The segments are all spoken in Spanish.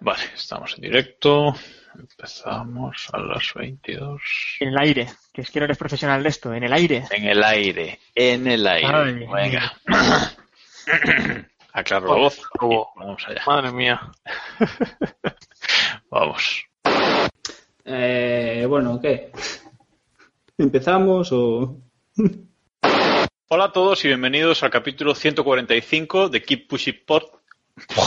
Vale, estamos en directo. Empezamos a las 22. En el aire, que es que no eres profesional de esto, en el aire. En el aire, en el aire. Ay, Venga. Aclaro la voz. y Vamos allá. Madre mía. Vamos. Eh, bueno, ¿qué? ¿Empezamos o...? Hola a todos y bienvenidos al capítulo 145 de Keep Pushing Pod.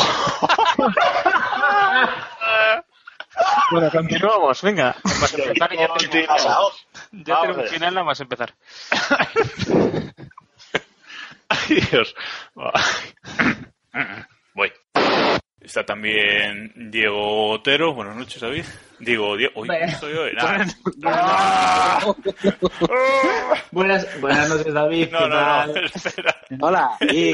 Bueno, continuamos, venga. Vas a empezar y ya te- Ya tenemos un final, nada más empezar. Ay, Dios. Voy. Está también Diego Otero. Buenas noches, David. Digo, Diego. Hoy Bueno. soy hoy. Nada. Buenas, buenas noches, David. No, Ah, no, ¿qué tal? no. Espera. Hola, y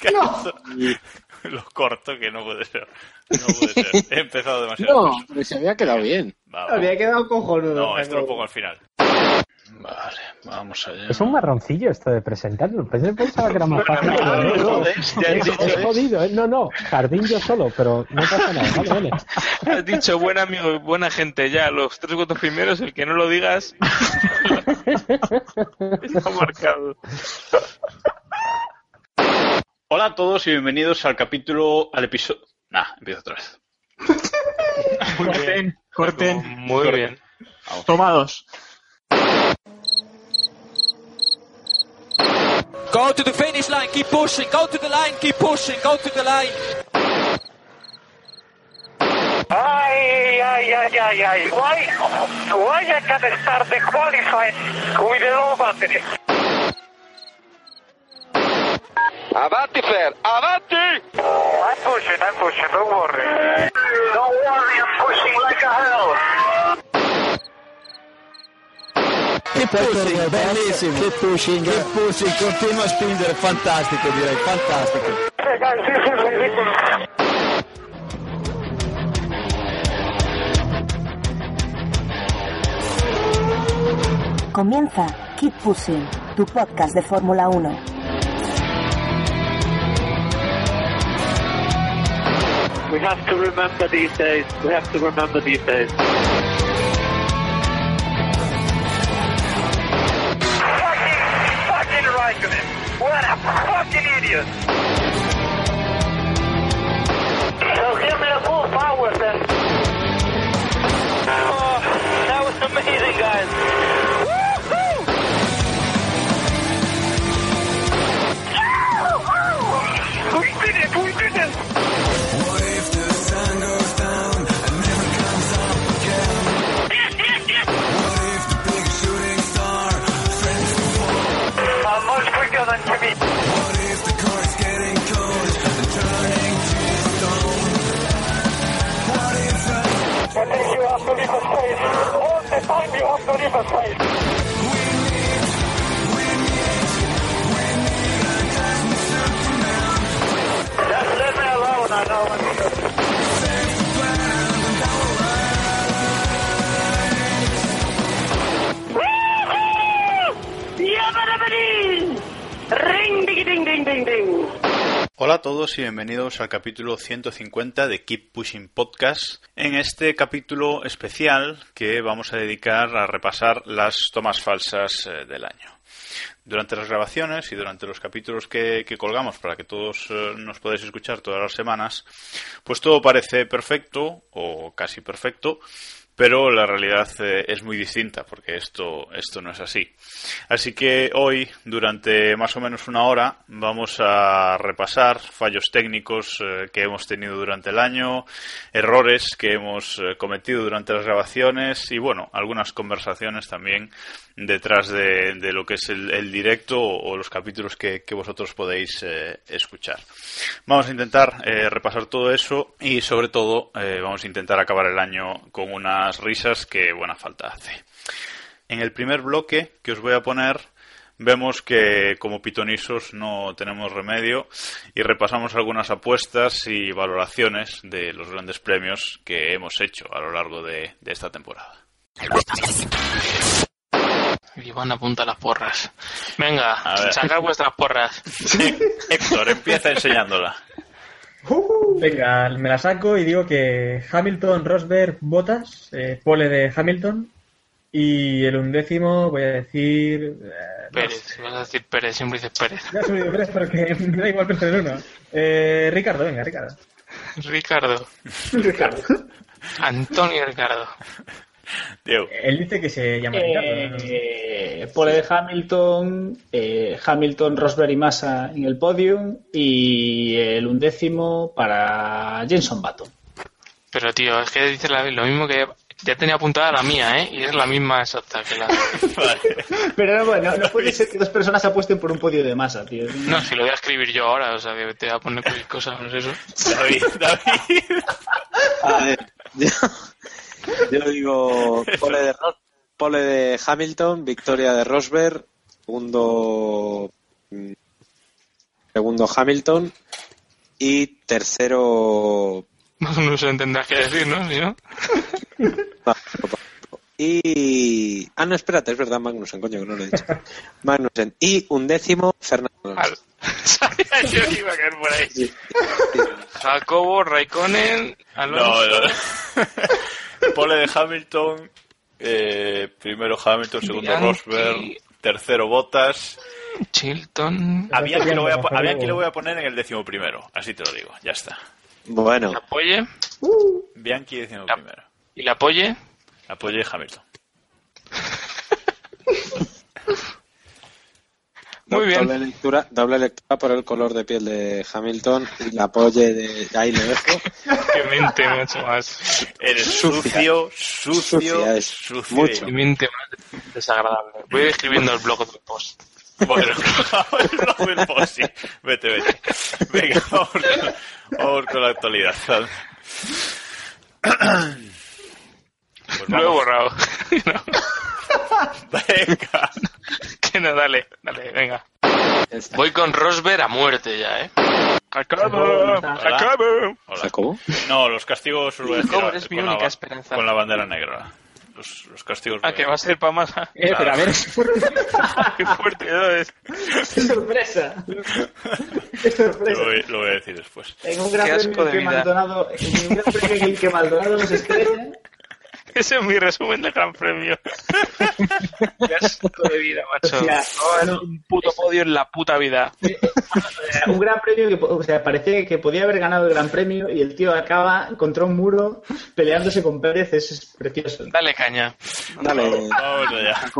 que Lo corto que no puede ser. No puede ser. He empezado demasiado. no, mucho. pero se había quedado bien. Va, va. Había quedado cojonudo. No, Jacob. esto lo pongo al final. Vale, vamos allá. Es un marroncillo esto de presentarlo. Pensé- Pensaba que era más fácil. Claro, No, joder, ya he es, dicho, es jodido, ¿eh? No, no, jardín yo solo, pero no pasa nada. Vale, vale. Has dicho buen amigo y buena gente ya, los tres votos primeros, el que no lo digas. está marcado. Hola a todos y bienvenidos al capítulo, al episodio. Nah, empiezo otra vez. Corten, corten. Muy bien. Tomados. Go to the finish line, keep pushing, go to the line, keep pushing, go to the line. Ay, ay, ay, ay, ay. Why, why I can start the qualify with low battery? Avanti, Fer, avanti! I'm pushing, I'm pushing, don't worry. Don't worry, I'm pushing like a hell. Keep pushing, bellissimo. Keep pushing, keep pushing, continua a spingere, fantastico direi, fantastico. Hey guys, this is ridiculous. Comienza Keep Pushing, tu podcast de Fórmula 1. We have to remember these days. We have to remember these days. Fucking, fucking Raikkonen. What a fucking idiot. So give me the full power then. Oh, that was amazing, guys. Woohoo! We did it! We did it! I'm Uh, much quicker than Jimmy. What if the car's getting cold and turning too strong? And then you have to leave a space. All the time you have to leave a space. Just leave me alone, I know what to do. Ring ding ding ding ding ding. Hola a todos y bienvenidos al capítulo 150 de Keep Pushing Podcast. En este capítulo especial que vamos a dedicar a repasar las tomas falsas eh, del año. Durante las grabaciones y durante los capítulos que, que colgamos para que todos eh, nos podáis escuchar todas las semanas, pues todo parece perfecto o casi perfecto, pero la realidad eh, es muy distinta porque esto, esto no es así. Así que hoy, durante más o menos una hora, vamos a repasar fallos técnicos eh, que hemos tenido durante el año, errores que hemos eh, cometido durante las grabaciones y, bueno, algunas conversaciones también detrás de, de lo que es el, el directo o, o los capítulos que, que vosotros podéis eh, escuchar. Vamos a intentar eh, repasar todo eso y, sobre todo, eh, vamos a intentar acabar el año con unas risas que buena falta hace. En el primer bloque que os voy a poner vemos que como pitonisos no tenemos remedio y repasamos algunas apuestas y valoraciones de los grandes premios que hemos hecho a lo largo de, de esta temporada. Iván apunta las porras. Venga, A ver. sacad vuestras porras. Héctor, empieza enseñándola. Venga, me la saco y digo que Hamilton, Rosberg, Botas, pole de Hamilton. Y el undécimo voy a decir. eh, Pérez, vas a decir Pérez, siempre dices Pérez. Ya he subido tres porque me da igual perder uno. Eh, Ricardo, venga, Ricardo. Ricardo. Ricardo. Antonio Ricardo. Él dice que se llama Ricardo. Eh, pole de Hamilton, eh, Hamilton, Rosberg y Massa en el podio y el undécimo para Jenson Button. Pero tío, es que dices la- lo mismo que ya tenía apuntada la mía, ¿eh? Y es la misma exacta que la. Pero no, bueno, no puede ser que dos personas se apuesten por un podio de Massa, tío. No, si lo voy a escribir yo ahora, o sea, que te voy a poner cualquier cosa, no es eso. David, David. A ver, yo, yo digo pole de, Ros- pole de Hamilton, victoria de Rosberg, segundo, mm, segundo Hamilton y tercero No se entenderás qué decir, ¿no? Si no, y... Ah, no, espérate, es verdad, Magnussen, coño, que no lo he dicho. Magnussen. Y undécimo, Fernando. Alonso. yo iba a caer por ahí. Jacobo, Raikkonen, Alonso. No, no. Pole de Hamilton. eh, primero Hamilton, segundo Bianchi. Rosberg, tercero Bottas. Chilton. Había que lo voy a, po- había que lo voy a poner en el décimo primero, así te lo digo, ya está. Bueno. Apoye. Bianchi décimo primero. ¿Y la apoye? Apoye Hamilton. Muy bien. Doble lectura, doble lectura por el color de piel de Hamilton y la polle de... Ahí lo dejo. Que mente mucho más. Eres sucio, sucio, Sucia es, sucio. mucho. Que mente más desagradable. Voy escribiendo el blog del post. Bueno, no, el post, sí. Vete, vete. Venga, vamos con, vamos con la actualidad. Pues Lo he borrado. venga. Que no, dale, dale, venga. Voy con Rosberg a muerte ya, ¿eh? Acabo, acabo. ¿Se acabó? No, los castigos los voy a decir ¿Cómo ahora, eres con mi la única ba- esperanza? Con la bandera negra. Los, los castigos. Ah, que va a ser para más. Eh, pero a ver, qué fuerte ¿no? es. ¡Qué sorpresa! ¡Qué sorpresa! Lo voy, lo voy a decir después. En un gran Qué asco premio en el que de vida. Maldonado, en un gran premio en el que Maldonado nos estrella, Ese es mi resumen del Gran Premio. Qué asco de vida, macho. Hostia, No, es un puto podio en la puta vida. eh, un gran premio que, o sea, parecía que podía haber ganado el gran premio y el tío acaba contra un muro peleándose con Pérez, eso es precioso. Dale caña. Dale. Vamos allá.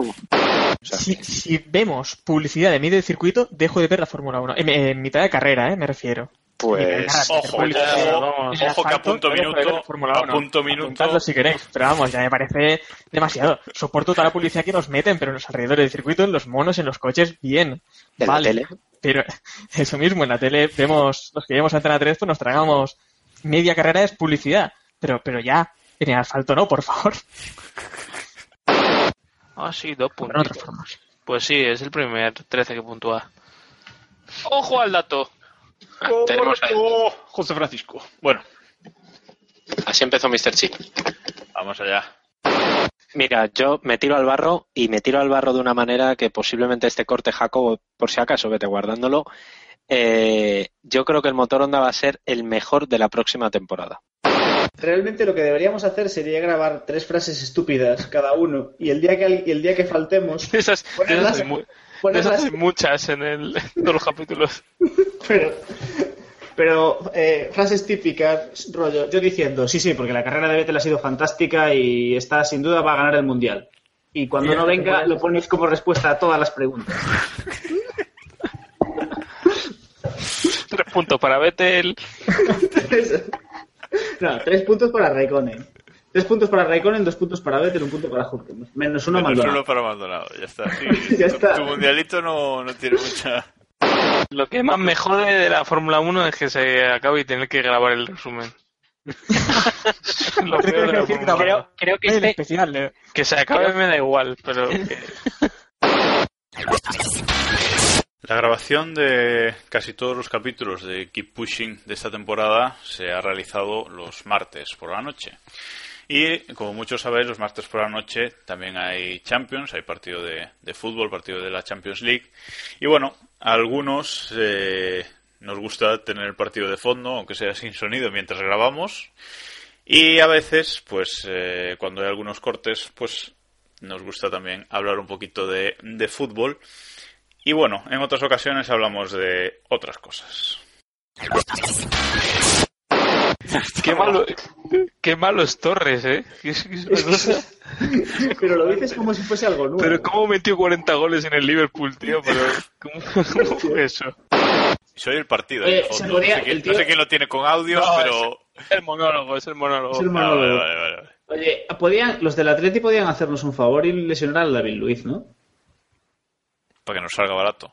Si, si vemos publicidad de medio de circuito, dejo de ver la Fórmula 1. En, en mitad de carrera, ¿eh? Me refiero. Pues, Oh, ojo, ojo, Vamos, ojo que a punto dejo de ver minuto, la Fórmula a 1. punto minuto, Apuntadlo si queréis, pero vamos, ya me parece demasiado. Soporto toda la publicidad que nos meten, pero en los alrededores del circuito, en los monos, en los coches, bien. En la vale. tele. Pero eso mismo, en la tele vemos, los que vemos Antena 3, pues nos tragamos media carrera es publicidad. Pero, pero ya, en el asfalto no, por favor. Ah, sí, dos puntos. Pues sí, es el primer 13 que puntúa. Ojo al dato. Tenemos ahí. José Francisco. Bueno, Así empezó Mr. Chip. vamos allá. Mira, yo me tiro al barro y me tiro al barro de una manera que posiblemente este corte, Jacobo, por si acaso, vete guardándolo. Eh, yo creo que el motor Honda va a ser el mejor de la próxima temporada. Realmente lo que deberíamos hacer sería grabar tres frases estúpidas cada uno y el día que, al- y el día que faltemos Esas, de esas ponerlas, hay mu- de ponerlas- esas hay muchas en, el, en todos los capítulos. pero Pero eh, frases típicas, rollo, yo diciendo, sí, sí, porque la carrera de Vettel ha sido fantástica y está sin duda va a ganar el Mundial. Y cuando Y no el- venga, lo pones como respuesta a todas las preguntas. Tres puntos para Vettel. No, tres puntos para Raikkonen. Tres puntos para Raikkonen, dos puntos para Vettel, un punto para Hulkenberg. Menos uno a Menos Maldonado. uno para Maldonado, ya está. sí. Ya Tu- está. Tu mundialito no, no tiene mucha... Lo que más me jode de la Fórmula 1 es que se acabe y tener que grabar el resumen. Lo peor de la Fórmula 1. Creo, creo que este... especial, eh. Que se acabe Creo- me da igual, pero... que- La grabación de casi todos los capítulos de Keep Pushing de esta temporada se ha realizado los martes por la noche. Y como muchos sabéis, los martes por la noche también hay Champions, hay partido de, de fútbol, partido de la Champions League. Y bueno, a algunos eh, nos gusta tener el partido de fondo, aunque sea sin sonido, mientras grabamos. Y a veces, pues eh, cuando hay algunos cortes, pues nos gusta también hablar un poquito de, de fútbol. Y bueno, en otras ocasiones hablamos de otras cosas. Qué malo, qué malo es Torres, ¿eh? Es que es una cosa- Pero lo dices como si fuese algo nuevo. Pero cómo metió 40 goles en el Liverpool, tío, pero ¿cómo, cómo fue eso? Soy el partido. Eh, en el fondo. se podría- no, sé quién, el tío- no sé quién lo tiene con audio, No, pero... Es el monólogo, es el monólogo. Es el monólogo. Ah, vale, vale, vale. Oye, podían, los del Atleti podían hacernos un favor y lesionar al David Luiz, ¿no? Para que nos salga barato.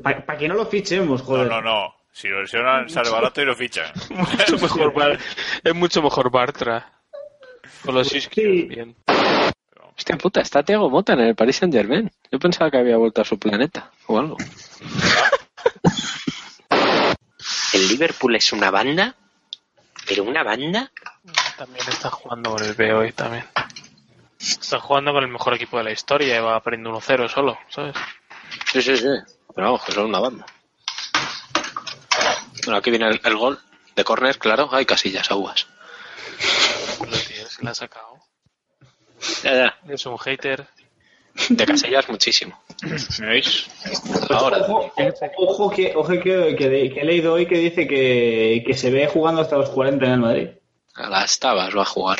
Para que no lo fichemos, No, joder. no, no. Si lo lesionan, sale barato y lo fichan. Mucho mejor Bar- es mucho mejor Bartra. Con los Iskios, bien. Hostia puta, está Thiago Mota en el Paris Saint Germain. Yo pensaba que había vuelto a su planeta o algo. El Liverpool es una banda, pero una banda. También está jugando con el B hoy también. Está jugando con el mejor equipo de la historia y va perdiendo 1-0 solo, ¿sabes? Sí, sí, sí. Pero vamos, que son una banda. Bueno, aquí viene el, el gol de córner, claro. Hay casillas, aguas. Pero tío, se la ha sacado. Ya, ya. Es un hater. De casillas muchísimo. ¿Me veis? Ahora. Ojo, ojo que, ojo que, que- que he leído hoy que dice que, que se ve jugando hasta los 40 en el Madrid. A las tabas va a jugar.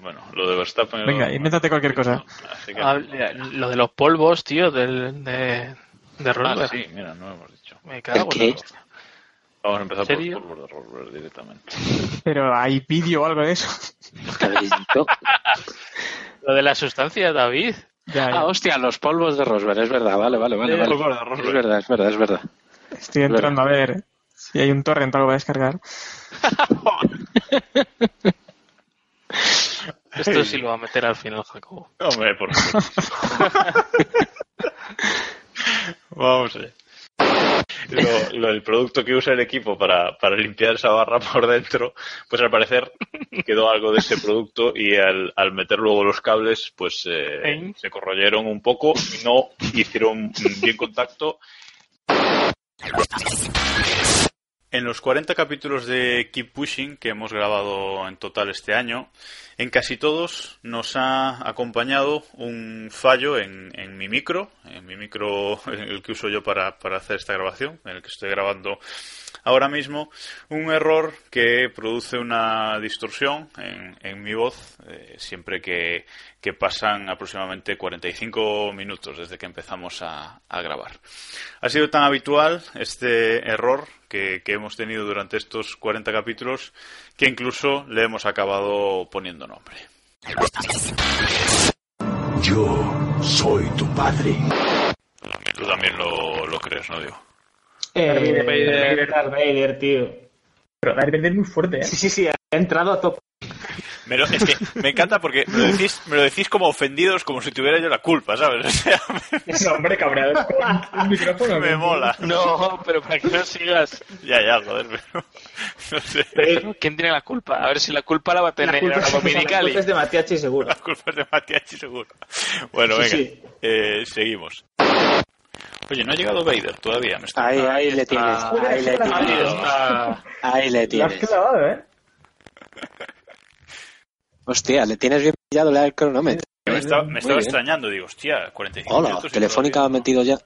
Bueno, lo de Verstappen... Venga, invéntate cualquier cosa. así que- Ah, mira, lo de los polvos, tío, del, de, de Ah, Rosberg. sí, mira, no lo hemos dicho. Me cago en la hostia. Vamos a empezar ¿En serio? por, por de Rosberg directamente. Pero hay vídeo o algo de eso. Lo de la sustancia, David. Ah, hostia, los polvos de Rosberg, es verdad, vale, vale, vale. Sí, vale. los polvos de Rosberg. Es verdad, es verdad, es verdad. Estoy entrando a ver ¿eh? si hay un torrent o algo para descargar. Esto sí lo va a meter al final, Jacobo. Hombre, por Vamos allá. Lo, lo- el producto que usa el equipo para, para limpiar esa barra por dentro, pues al parecer quedó algo de ese producto y al, al meter luego los cables, pues eh, se corroyeron un poco y no hicieron bien contacto. En los 40 capítulos de Keep Pushing que hemos grabado en total este año, en casi todos nos ha acompañado un fallo en, en mi micro, en mi micro, el que uso yo para, para hacer esta grabación, en el que estoy grabando ahora mismo, un error que produce una distorsión en, en mi voz eh, siempre que, que pasan aproximadamente 45 minutos desde que empezamos a- a grabar. Ha sido tan habitual este error que, que hemos tenido durante estos 40 capítulos que incluso le hemos acabado poniendo nombre. Yo soy tu padre. Tú también lo, lo crees, ¿no, Diego? Eh, Darth Vader. Darth Vader, tío. Pero Darth Vader es muy fuerte, ¿eh? Sí, sí, sí, ha entrado a top. Me lo- es que me encanta porque me lo, decís, me lo decís como ofendidos, como si tuviera yo la culpa, ¿sabes? O sea, No, hombre, cabrón. Un micrófono. me mola. No, pero para que no sigas. Ya, ya, joder, pero... No sé. ¿Quién tiene la culpa? A ver si la culpa la va a La tener culpa, ahora la Dominicali. culpa es de Matiachi, seguro. La culpa es de Matiachi, seguro. Bueno, venga, Sí, eh, seguimos. Oye, no ha llegado Vader todavía. Me está... Ahí, ahí le tienes, está. ahí le tienes. está. Ahí le Lo has tienes. clavado, ¿eh? Hostia, le tienes bien pillado le da el cronómetro. Me estaba, me Muy estaba bien. extrañando, digo, hostia, 45 Hola, minutos. y Telefónica ha metido ya.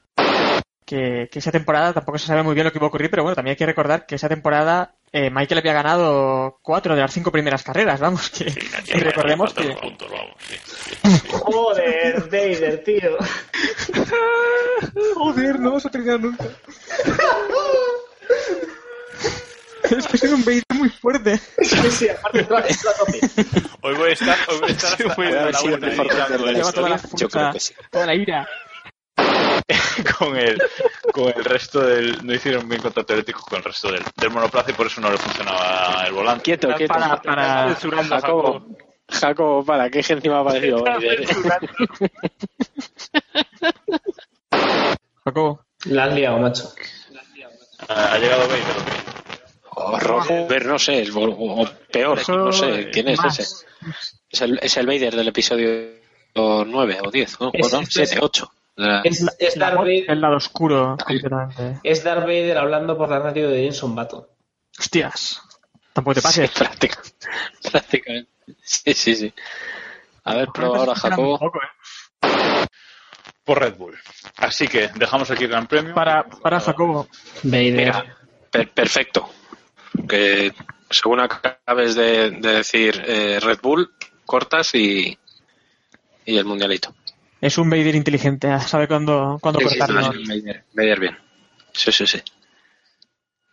que, que esa temporada tampoco se sabe muy bien lo que iba a ocurrir, pero bueno, también hay que recordar que esa temporada eh, Michael había ganado cuatro de las cinco primeras carreras, vamos, que ya, recordemos ya, ya, que... ya, Joder, Vader, tío. Joder, no vas a terminar nunca. Es que soy un Vader muy fuerte. Sí, sí, aparte tú has estado a tope. Hoy voy a estar, hoy voy a estar hasta voy hasta a haber la eh. una sido el mejor editando de la esto. historia. Yo creo que sí. Toda la ira. con el, con el resto del. No hicieron bien contacto eléctrico con el resto del, del monoplaza y por eso no le funcionaba el volante. Quieto, quieto. Jacobo, Jacobo, para, que es que encima ha aparecido Vader. Jacobo. La has liado, macho. Ha llegado Vader. O Robert, no sé, es- o, o peor, no sé, ¿quién es Más. ese? Es el, es el Vader del episodio 9 o 10, ¿no? Es- Perdón, es- 7, 8. Es, es Darth Vader, El lado oscuro, completamente. es Darth Vader hablando por la radio de Jenson Button. Hostias. Tampoco te pases. práctica, prácticamente. Sí, sí, sí. A ver, prueba ahora, Jacobo. eh. Por Red Bull. Así que dejamos aquí el Gran Premio. Para, para Jacobo. Mira, per- perfecto. Que según acabes de, de decir eh, Red Bull, cortas y, y el mundialito. Es un Vader inteligente, ah, sabe cuándo, cuándo Sí, sí, cortarlo. sí, sí, Vader- Vader bien. Sí, sí, sí.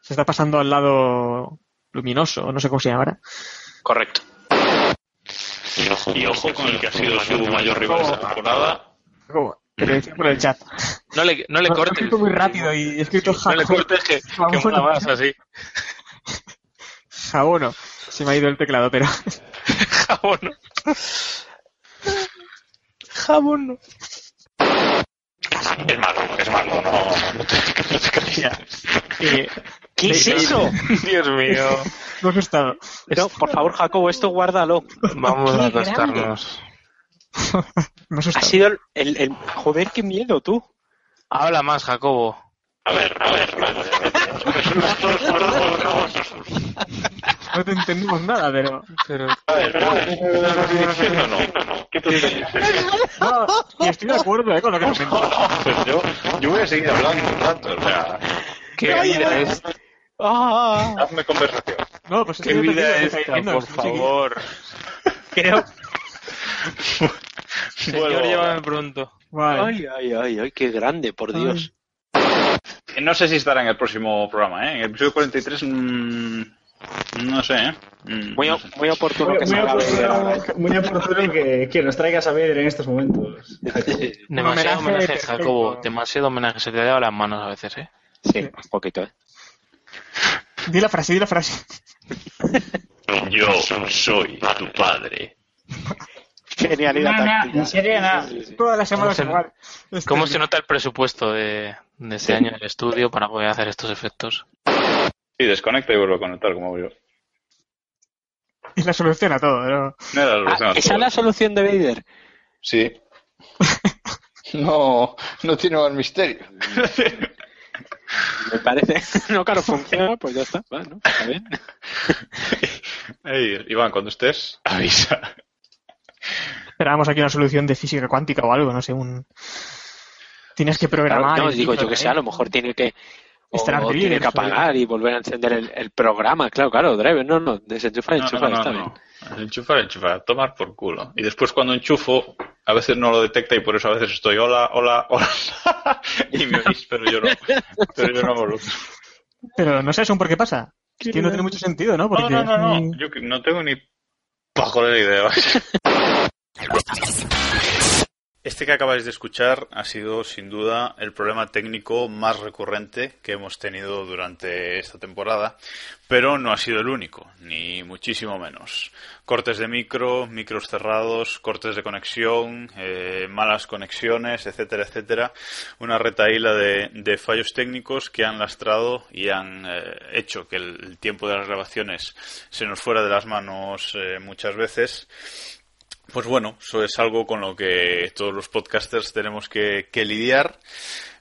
Se está pasando al lado luminoso, no sé cómo se llama ahora. Correcto. Y ojo con el que ha sido su mayor rival esta temporada. Jacobo, que te decía por el chat. No le, no Lo- le lo he cortes. escrito muy rápido y he escrito No le Jacobo. cortes que, que Vamos. mola más así. Jabono. Se me ha ido el teclado, pero. Jabono. Jabono. Es malo, es malo, no. no te- no te calles. Eh, ¿Qué es eso? Dios mío. Me ha gustado. No, por favor, Jacobo, esto guárdalo. Vamos a Qué grande. gastarnos. Me ha Ha asustado. sido el, el- el- Joder, qué miedo, tú. Habla más, Jacobo. No te entendemos nada, pero. pero... No, y estoy de acuerdo eh, con lo que comentas. Pues yo, yo voy a seguir hablando un rato, o sea, Qué vida es. Ah. hazme conversación. No, pues Qué vida es. Por favor. Creo. Señor, Vuelvo. llévame pronto. Ay, ay, ay, ay, qué grande, por Dios. No sé si estará en el próximo programa, ¿eh? En el episodio 43, mm, no sé, ¿eh? Mm, Muy, no o- sé. muy oportuno Muy, que muy salga Vader. oportuno, muy oportuno que, que nos traigas a Vader en estos momentos. Demasiado homenaje homenaje, perfecto. Jacobo. Demasiado homenaje. Se te ha dado las manos a veces, ¿eh? Sí, un poquito, ¿eh? Di la frase, di la frase. Yo soy tu padre. Genialidad táctica. sería ah. Sí, sí. Todas las semanas se- igual. ¿Cómo se nota el presupuesto de, de este año del estudio para poder hacer estos efectos? Sí, desconecta y vuelvo a conectar, como hago yo. Es la solución a todo, ¿no? No era la Ah, solución a ¿Esa es todo. la solución de Vader? Sí. No, no tiene más misterio. Me parece. No, claro, funciona, pues ya está. Va, ¿no? Está bien. Ey, Iván, cuando estés, avisa. Esperábamos aquí una solución de física cuántica o algo, no sé, un. Tienes que programar. no, el ¿eh? digo ciclo yo que de- sé, a lo mejor tiene que. o Estar al tiene líder, que apagar y volver a encender el, el programa. Claro, claro, Driver, no, no, desenchufar, No, enchufar, no, está no, bien. no. Enchufar, enchufar, tomar por culo. Y después cuando enchufo, a veces no lo detecta y por eso a veces estoy hola, hola, hola. y me oís, pero yo no. Pero yo no hablo. Pero no sé aún por qué pasa. Es que no tiene mucho sentido, ¿no? Porque No, no, no, es no. muy- Yo que- no tengo ni pajolera idea. Este que acabáis de escuchar ha sido sin duda el problema técnico más recurrente que hemos tenido durante esta temporada, pero no ha sido el único, ni muchísimo menos. Cortes de micro, micros cerrados, cortes de conexión, eh, malas conexiones, etcétera, etcétera. Una retaíla de, de fallos técnicos que han lastrado y han eh, hecho que el, el tiempo de las grabaciones se nos fuera de las manos eh, muchas veces. Pues bueno, eso es algo con lo que todos los podcasters tenemos que, que lidiar.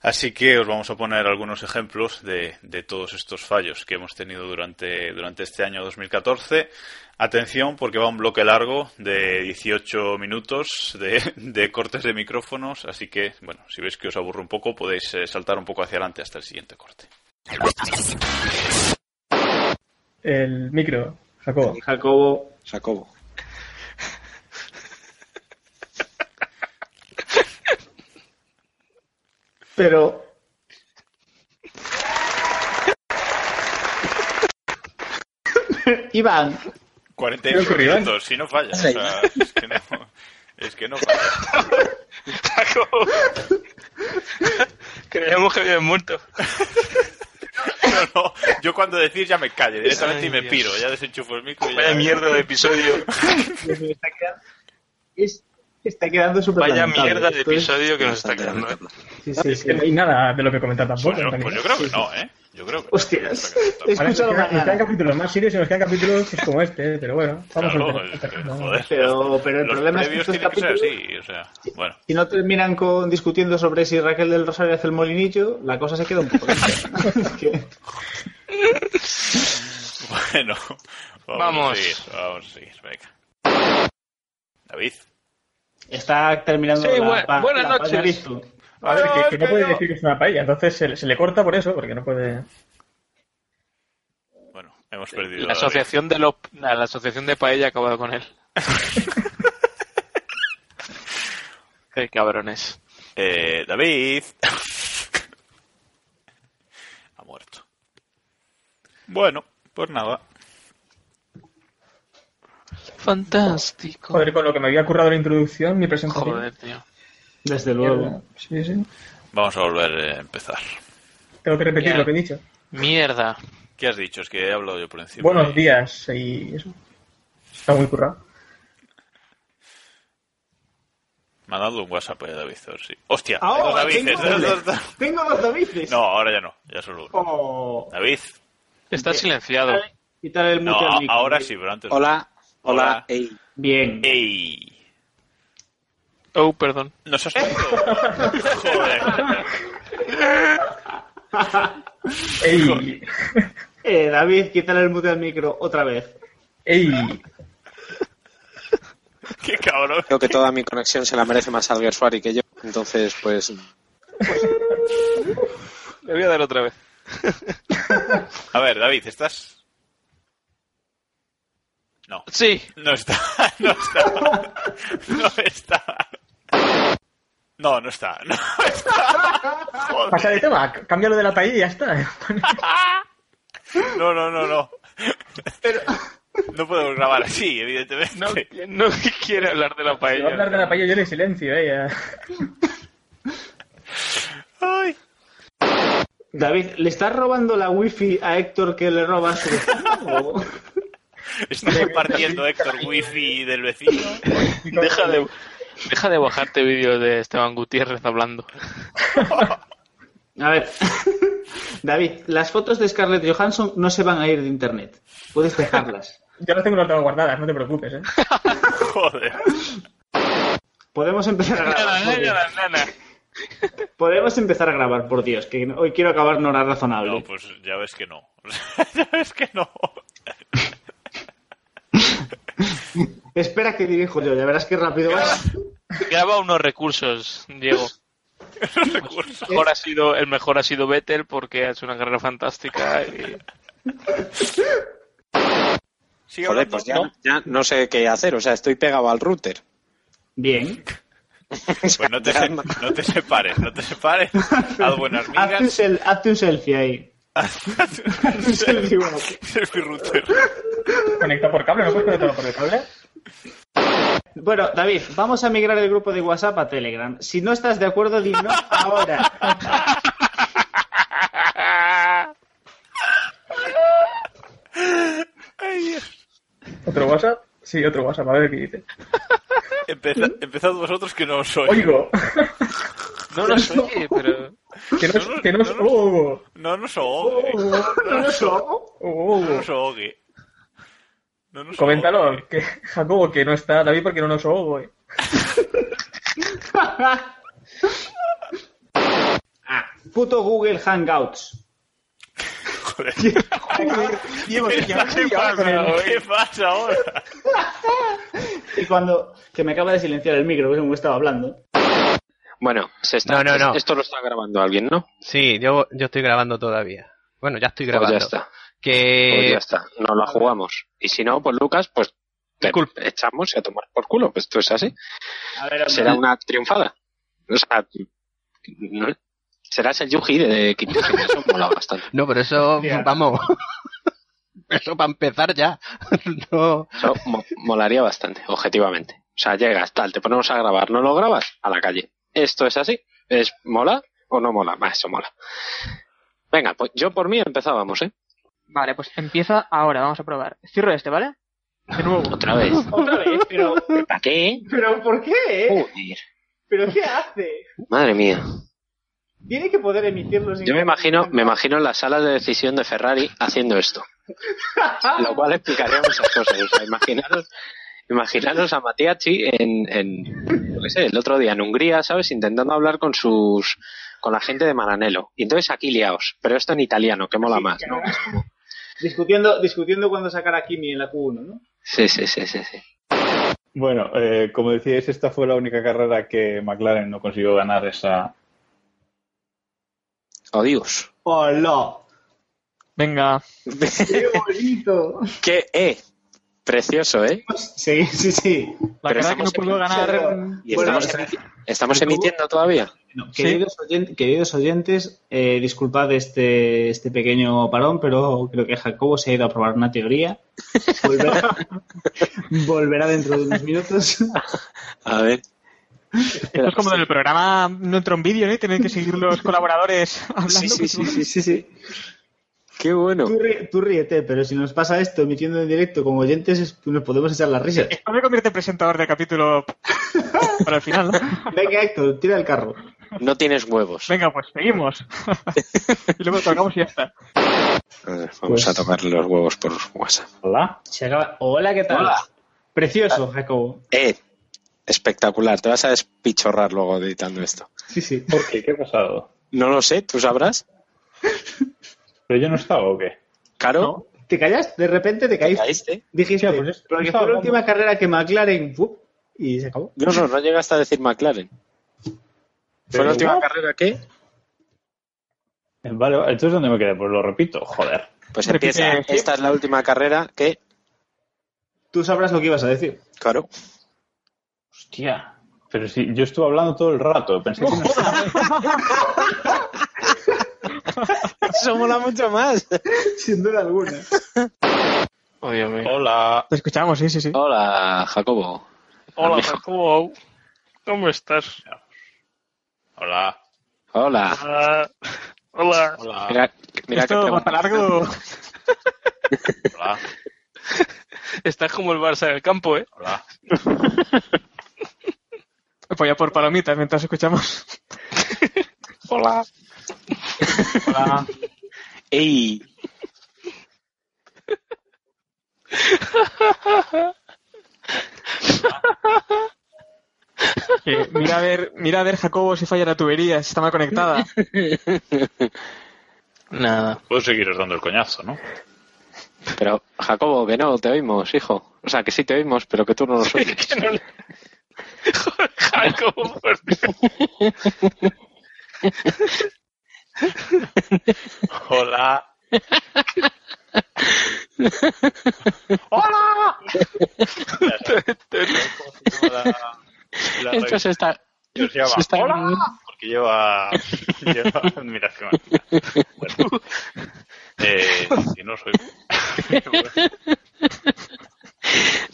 Así que os vamos a poner algunos ejemplos de, de todos estos fallos que hemos tenido durante, durante este año 2014. Atención, porque va un bloque largo de 18 minutos de, de cortes de micrófonos. Así que, bueno, si veis que os aburro un poco, podéis eh, saltar un poco hacia adelante hasta el siguiente corte. El micro, Jacobo. Jacobo. Jacobo. Pero. Iván. 48 Creo que Iván. minutos, si no falla. o Sí. sea, es que no, es que no falla. Creíamos que había muerto. No, no, yo cuando decís ya me callo directamente Ay, y me Dios. piro. Ya desenchufo el micro y ya- Vaya mierda de episodio. pues está quedando, es- está quedando súper Vaya lamentable. mierda de Esto es- episodio que nos está quedando. ¿eh? Sí, sí, Es que no hay nada de lo que comentar tampoco. en realidad. pues Yo creo que no, ¿eh? Yo creo que no. Hostias. He Ahora nos escuchado quedan, nos ganar. quedan capítulos más serios y nos quedan capítulos pues, como este, pero bueno, vamos Claro, a es que, ver. joder, Pero, pero el los problema es que previos estos tienen que ser así. capítulos, O sea, bueno. si no terminan con discutiendo sobre si Raquel del Rosario hace el molinillo, la cosa se queda un poco. lenta. Bueno, vamos, Vamos. a seguir, vamos a seguir, venga. David. está terminando. Sí, la bue- pa- buenas la pa- noches. de Aristo. A ver, que, que no puede decir que es una paella, entonces se, le- se le corta por eso, porque no puede. Bueno, hemos perdido. ¿eh? La a David. asociación de los, la, la asociación de paella ha acabado con él. Qué cabrones. Eh, David. ha muerto. Bueno, pues nada. Fantástico. Joder, con lo que me había currado la introducción, mi presentación. Joder, tío. Desde luego. Sí, sí. Vamos a volver a empezar. Tengo que repetir Ya. lo que he dicho. Mierda. ¿Qué has dicho? Es que he hablado yo por encima. Buenos días y eso. Está muy currado. Me ha dado un WhatsApp, eh, David. A ver si... ¡Hostia! Ahora dos Davides, ¡Ah! tengo, dos, doble. dos, dos. Tengo dos Davides. No, ahora ya no. Ya solo uno. Oh. David. Está silenciado. Quitar el No, mute al a- micro. ahora sí, pero antes. no. Hola, hola, Hola. ey. Bien. ¡Ey! Oh, perdón. ¿Nos has puesto? Joder. ¡Ey! Eh, David, quítale el mute al micro otra vez. ¡Ey! ¡Qué cabrón! Creo que toda mi conexión se la merece más Alger Suari que yo, entonces pues... Le voy a dar otra vez. A ver, David, ¿estás? No. Sí. No está. No está. No está. No, no está. No está. Joder. Pasa de tema, c- cámbialo de la paella y ya está. No, no, no, no. No podemos grabar así, evidentemente. No, no quiere hablar de la Si va a hablar de la paella yo le silencio, eh. ya. Ay. David, ¿le estás robando la wifi a Héctor que le roba a su vecino? o- Está compartiendo Héctor wifi del vecino. Deja de, deja de bajarte vídeos de Esteban Gutiérrez hablando. A ver, David, las fotos de Scarlett Johansson no se van a ir de internet. Puedes dejarlas. Yo las tengo las tengo guardadas, no te preocupes, eh. Joder. Podemos empezar a Ah, grabar. por Dios. Podemos empezar a grabar, por Dios, que hoy quiero acabar en hora razonable. No, pues ya ves que no. Ya ves que no. Espera que dirijo yo, ya verás qué rápido vas. Graba unos recursos, Diego. El mejor ha sido, el mejor ha sido Vettel porque ha hecho una carrera fantástica. y- Joder, pues ya, ya no sé qué hacer, o sea, estoy pegado al router. Bien. Pues no te, se- no te separes, no te separes. Haz buenas Hazte un, migas. sel- hazte un selfie ahí. Hazte un selfie, bueno. Selfie router. Conecta por cable, ¿no puedes conectarlo por el cable? Bueno, David, vamos a migrar el grupo de WhatsApp a Telegram. Si no estás de acuerdo, di no ahora. ¿Otro WhatsApp? Sí, otro WhatsApp, a ver qué dice. Empezad, empezad vosotros que no os oigo. Oigo, No lo sé, pero. que no, es- que no es oigo. No nos oigo. Oh. No nos oigo. No nos oigo. No nos Coméntalo, que Jacobo que no está David porque no nos oigo. eh. Ah, Puto Google Hangouts. Joder. Diego, ¿Qué, ya me he liado pasa, con el- ahora? ¿Qué pasa ahora? Y cuando. Que me acaba de silenciar el micro, según estaba hablando. Bueno, se está, No, no, no. esto lo está grabando alguien, ¿no? Sí, yo, yo estoy grabando todavía. Bueno, ya estoy Pues grabando. Eh, ya está. Que... Pues ya está, nos la jugamos. Y si no, pues Lucas, pues te echamos y a tomar por culo. Pues esto es así. A ver, hombre. Será una triunfada. O sea, no- serás el Yuji de, de Kipushi, Eso mola bastante. No, pero eso, vamos. eso para empezar ya. no. Eso mo- molaría bastante, objetivamente. O sea, llegas, tal, te ponemos a grabar, no lo grabas, a la calle. Esto es así. ¿Es mola o no mola? Bah, eso mola. Venga, pues yo por mí empezábamos, ¿eh? Vale, pues empieza ahora, vamos a probar. Cierro este, ¿vale? De nuevo. Otra vez. Otra vez, pero. ¿Para qué? ¿Pero por qué? Joder, ¿Pero qué hace? madre mía. Tiene que poder emitirlo sin. Yo me imagino, me imagino las salas de decisión de Ferrari haciendo esto. Lo cual explicaría muchas cosas. O sea, imaginaros, imaginaros a Matiachi en, en, yo qué sé, el otro día en Hungría, ¿sabes? Intentando hablar con sus con la gente de Maranello. Y entonces aquí liaos, pero esto en italiano, que mola más, ¿no? Discutiendo, discutiendo cuándo sacar a Kimi en la Q1, ¿no? Sí, sí, sí, sí, sí. Bueno, eh, como decíais, esta fue la única carrera que McLaren no consiguió ganar esa. Adiós. ¡Hola! Venga. ¡Qué bonito! ¿Qué? Eh, precioso, ¿eh? Sí, sí, sí. La Pero verdad que no estamos pudo ganar. Y estamos, emiti- estamos emitiendo todavía. Queridos, oyen- queridos oyentes, eh, disculpad este, este pequeño parón, pero creo que Jacobo se ha ido a probar una teoría. Volverá, volverá dentro de unos minutos. A ver. Esto es como en el programa no entró en vídeo, ¿eh? Tienen que seguir los colaboradores hablando. sí, sí, sí, sí, sí. Qué bueno. Tú, ri- tú ríete, pero si nos pasa esto emitiendo en directo como oyentes, es- nos podemos echar las risas. Esto me convierte en presentador de capítulo para el final. Venga, Héctor, tira el carro. No tienes huevos. Venga, pues seguimos. y luego tocamos y ya está. A ver, vamos Pues- a tocarle los huevos por WhatsApp. Hola. Hola, ¿qué tal? Precioso, Jacobo. Eh, espectacular. Te vas a despichorrar luego editando esto. Sí, sí. ¿Por qué? ¿Qué ha pasado? No lo sé, tú sabrás. ¿Pero yo no estaba o qué? Claro. ¿Te callas? De repente te caíste. caíste? Dijiste, Hostia, pues es- porque fue estaba la hablando. última carrera que McLaren... ¡fup! y se acabó. No, no, no llegaste a decir McLaren. ¿Fue la última carrera qué? Eh, Vale, vale, entonces ¿dónde me quedé? Pues lo repito, joder. Pues empieza. Esta es la última carrera que. Tú sabrás lo que ibas a decir. Claro. Hostia. Pero si yo estuve hablando todo el rato, pensé que no Eso mola mucho más. Sin duda alguna. Hola. Te escuchamos, sí, sí, sí. Oh, Hola, Jacobo. Hola, Jacobo. ¿Cómo estás? Hola. Hola. Ah, hola. Hola. Mira, mira Esto qué va pregunta. para largo. Hola. Estás como el Barça en el campo, ¿eh? Hola. Voy a Pues por palomitas mientras escuchamos. Hola. Hola. Ey. Que mira a ver, mira a ver, Jacobo, si falla la tubería, si está mal conectada. Nada. Puedo seguiros dando el coñazo, ¿no? Pero, Jacobo, que no, te oímos, hijo. O sea, que sí te oímos, pero que tú no nos oyes. Jacobo, por Dios. Hola. ¡Hola! La- la Esto se está. Yo se llama se está- Hola, porque lleva, lleva admiración. Bueno, eh, si no soy.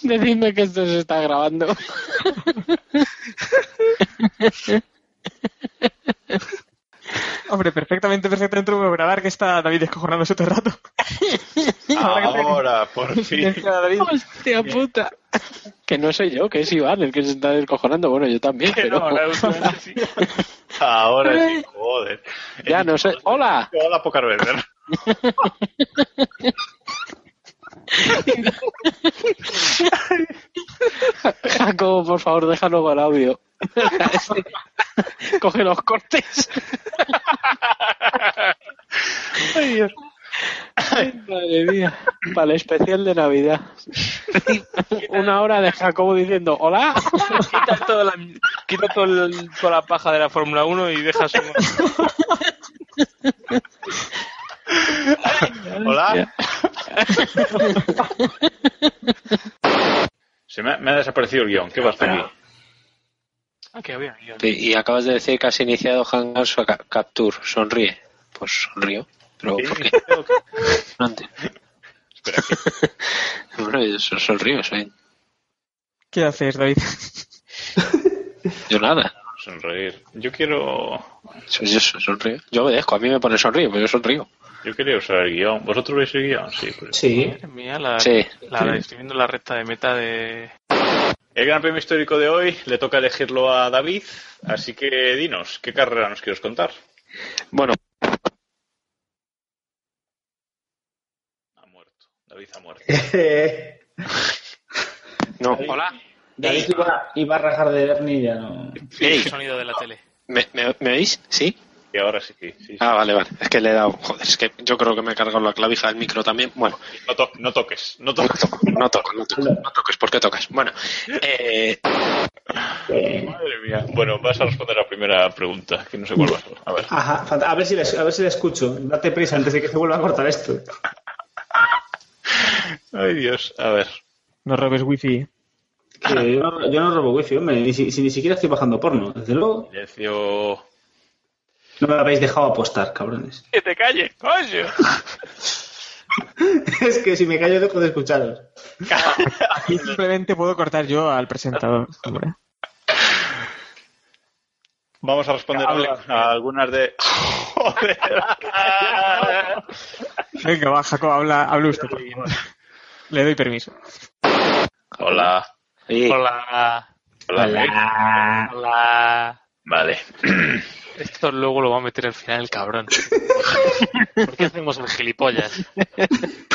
Decidme que esto se está grabando. Hombre, perfectamente, perfectamente lo puedo grabar que está David descojonándose todo el rato. Ahora, por fin. Hostia puta. Que no soy yo, que es Iván el que se está descojonando. Bueno, yo también, pero. Ahora sí, joder. ya no sé. ¡Hola! Hola, poca ¿verdad? Ah, Jacobo, por favor, déjalo con audio. Coge los cortes. Ay, Dios. Ay, madre mía. Para el especial de Navidad. Una hora de Jacobo diciendo, hola. Quita, toda la, quita todo el- toda la paja de la Fórmula 1 y deja su... Hola. Se me, ha- me ha desaparecido el guión. ¿Qué va a hacer aquí? Ah, que había. Y, y acabas de decir que has iniciado Hangar su ca- Capture. Sonríe. Pues sonrío. Pero ¿por qué? No entiendo. bueno, yo so- sonrío, soy. ¿Qué haces, David? Yo nada. Sonreír. Yo quiero. Soy yo, so- sonrío. Yo obedezco. A mí me pone sonrío, pero yo sonrío. Yo quería usar el guión. ¿Vosotros veis el guión? Sí. pues. Madre mía, la, Sí. la- estoy viendo la recta de meta de... El Gran Premio Histórico de hoy le toca elegirlo a David. Así que dinos, ¿qué carrera nos quieres contar? Bueno, David ha muerto. No. Hola. David iba, iba Eh, a rajar de Bernie y ya no. Ey, sonido de la tele. ¿me, me, me oís? ¿Sí? Y ahora sí, sí, sí. Ah, vale, vale. Es que le he dado. Joder, es que yo creo que me he cargado la clavija del micro también. Bueno. No, to- no toques, no toques. No toco, no toco, no toques, ¿por qué tocas? Bueno, eh, Madre mía. Bueno, vas a responder a la primera pregunta, que no sé cuál va a ser. A ver. Ajá, fant- a ver, si la, a ver si la escucho. Date prisa antes de que se vuelva a cortar esto. Ay, Dios, a ver. No robes wifi. Que yo, no, yo no robo wifi, hombre. Ni, si, si ni siquiera estoy bajando porno. Desde luego, Silencio. no me lo habéis dejado apostar, cabrones. ¡Que te calles, coño! es que si me callo dejo de escucharos. Aquí simplemente puedo cortar yo al presentador. hombre. Vamos a responder a algunas de. Joder. Venga, va, Jacob, habla, habla usted. por favor. Le doy permiso. Hola. Hola. Hola. Hola. Vale. Esto luego lo va a meter al final el cabrón. ¿Por qué hacemos el gilipollas?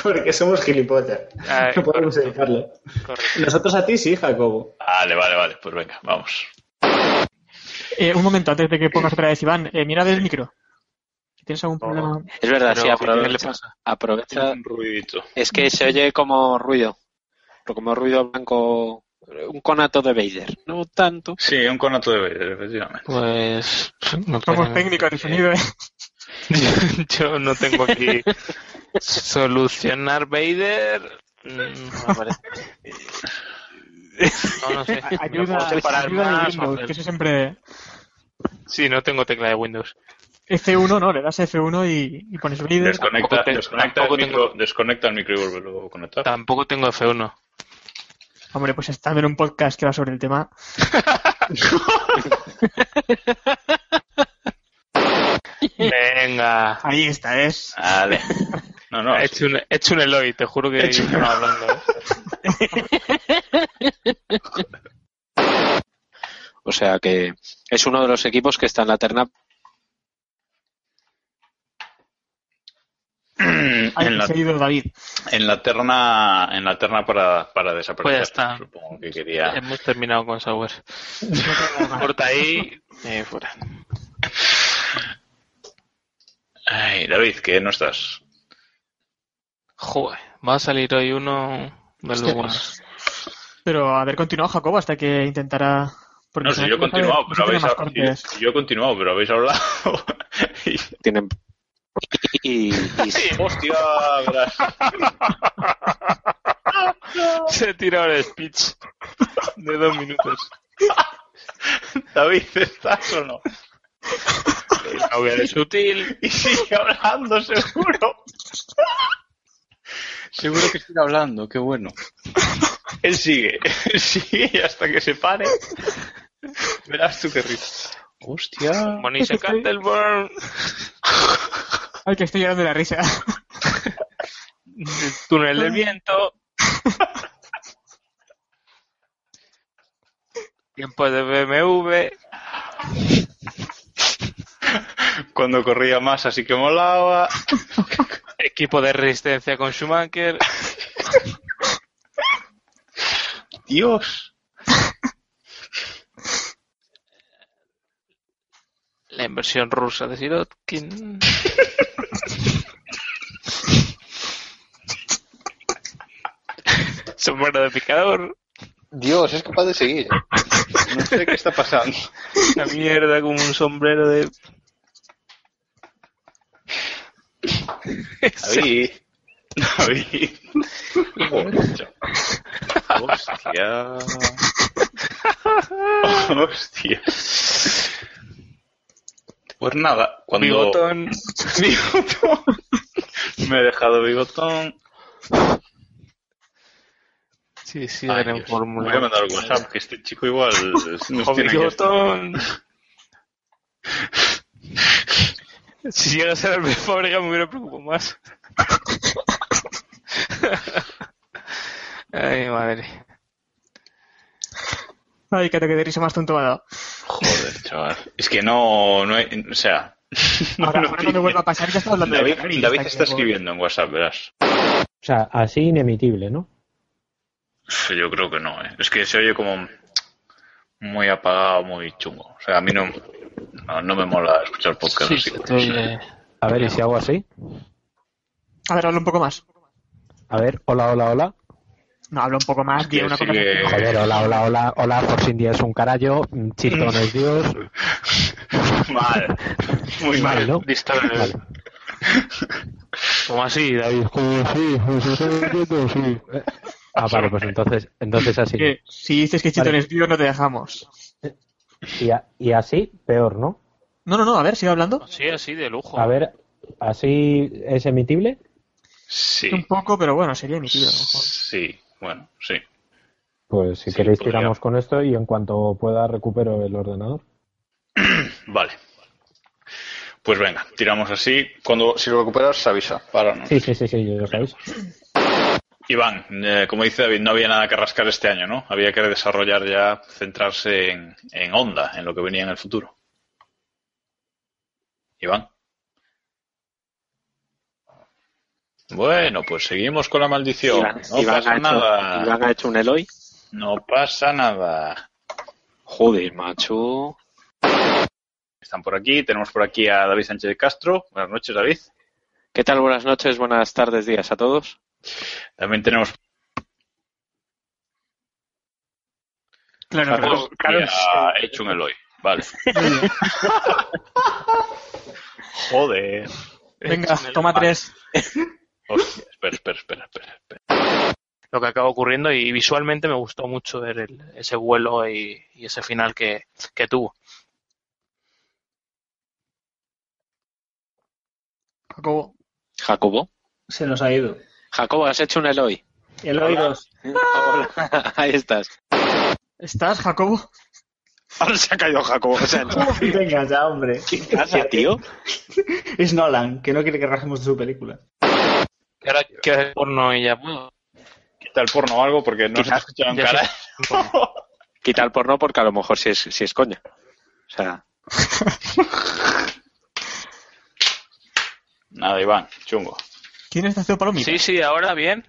Porque somos gilipollas. Ay, no podemos evitarlo. Nosotros a ti sí, Jacobo. Vale, vale, vale. Pues venga, vamos. Eh, un momento, antes de que pongas otra vez, Iván, eh, mira del micro. Si tienes algún Oh, problema. es verdad, Pero, sí, ¿qué le aprovecha. pasa? aprovecha. Un ruidito. Es que se oye como ruido, pero como ruido blanco, un conato de Vader. No tanto. Sí, un conato de Vader, efectivamente. Pues. No Somos parece- técnicos de sonido, ¿eh? Yo no tengo aquí. Solucionar Vader. Mm, No me parece. No, no sé. No Ayuda, puedo separar ayuda de más, Windows, hacer- que eso siempre... Sí, no tengo tecla de Windows. F1, ¿no? Le das a F1 y, y pones Vader. Desconecta, Tampoco te- desconecta, el tampoco micro, desconecta el micro y vuelve a conectar. Tampoco tengo F1. Hombre, pues estando en un podcast que va sobre el tema... Venga. Ahí está, es. Vale. No, no. He hecho, un, he hecho un Eloy, te juro que He hecho un- estaba hablando. ¿eh? O sea que es uno de los equipos que está en la terna. En la, seguido David. en la terna, en la terna para, para Pues desaparecer. ya está. Supongo que quería. Hemos terminado con software. Corta ahí. eh, fuera. Ay, David, que no estás. Joder, va a salir hoy uno de los Hostias. buenos. Pero haber continuado, Jacobo, hasta que intentará... Porque No, se si ve yo he que sabe- continuado, no pero se tiene habéis más hab- cortes. si yo he continuado, pero habéis hablado. Tienen. Y, y- Hostia, gracias. Se ha tirado el speech de dos minutos. David, ¿estás o no? No voy a decir sutil. Y sigue hablando, seguro. Seguro que sigue hablando, qué bueno. Él sigue, él sigue y hasta que se pare. Verás tú qué risa. Hostia. Bonnie Candleburn. Ay, que estoy llorando de la risa. El túnel del viento. Tiempo de BMW. Cuando corría más, así que molaba. Equipo de resistencia con Schumacher. Dios. en versión rusa de Sirotkin. Sombrero de picador. Dios, es capaz de seguir. No sé qué está pasando. La mierda como un sombrero de. David. David. Hostia. Hostia. Pues nada, cuando. Bigotón. Bigotón. Me he dejado bigotón. Sí, sí, Ay, eran Dios. fórmulas. Voy a mandar un WhatsApp, que este chico igual nos O tiene bigotón. Si llegas a la fábrica me hubiera preocupado más. Ay, madre. Ay, que te quedé risa más tonto me ha dado. Joder, chaval. Es que no, no hay, o sea, Ahora, ahora no me vuelva a pasar, ya estás hablando David, de Harry, David hasta está que no- escribiendo en WhatsApp, verás. O sea, así inemitible, ¿no? Sí, Yo creo que no, ¿eh? es que se oye como muy apagado, muy chungo. O sea, a mí no, no, no me mola escuchar podcast así. ¿eh? A ver, ¿y si hago así? A ver, habla un poco más. A ver, hola, hola, hola. No, habla un poco más, tiene una cosa. eh. Joder, hola, hola, hola, hola, Forsin Díaz es un carallo, mm, Chirtón es Dios. Mal. eh. Muy mal, ¿no? Vale. Como así, David, como sí, pues sí. Ah, vale, pues entonces, entonces así. Que si dices que Chito Vale. es vivo, no te dejamos. Y, a- y así, peor, ¿no? No, no, no, a ver, sigue hablando. Pues Sí, así de lujo. A ver, ¿así es emitible? Sí, Un poco, pero bueno, sería emitido. a lo mejor. sí, bueno, sí. Pues si queréis podría. tiramos con esto y en cuanto pueda recupero el ordenador. Vale. Pues venga, tiramos así. Cuando si lo recuperas, se avisa. Para, ¿no? Sí, sí, sí, sí, ya sabéis. Iván, eh, como dice David, no había nada que rascar este año, ¿no? Había que desarrollar ya, centrarse en, en Onda, en lo que venía en el futuro. Iván. Bueno, pues seguimos con la maldición. Iván, no Iván pasa ha hecho, nada. Iván ha hecho un Eloy. No pasa nada. Joder, macho. Están por aquí. Tenemos por aquí a David Sánchez de Castro. Buenas noches, David. ¿Qué tal? Buenas noches, buenas tardes, días a todos. También tenemos Claro, Carlos, Carlos. ha hecho un Eloy. Vale. Joder. eh, Venga, toma tres. Hostia, espera, espera, espera, espera. Lo que acaba ocurriendo y visualmente me gustó mucho ver el- ese vuelo y, y ese final que, que tuvo. Jacobo. Jacobo. Se nos ha ido. Jacobo, has hecho un Eloy. El oído. Hola, Ahí estás. ¿Estás, Jacobo? Ahora se ha caído Jacobo. O sea, Venga ya, hombre. gracias, tío. Es Nolan, que no quiere que rajemos de su película. Y ahora quiero hacer porno y ya puedo. Quita el porno o algo porque no se te escucharon ya cara. Quita el porno porque a lo mejor si es, si es coña. O sea, Nada, Iván, chungo. ¿Quién está haciendo palomita? Sí, sí, ahora bien.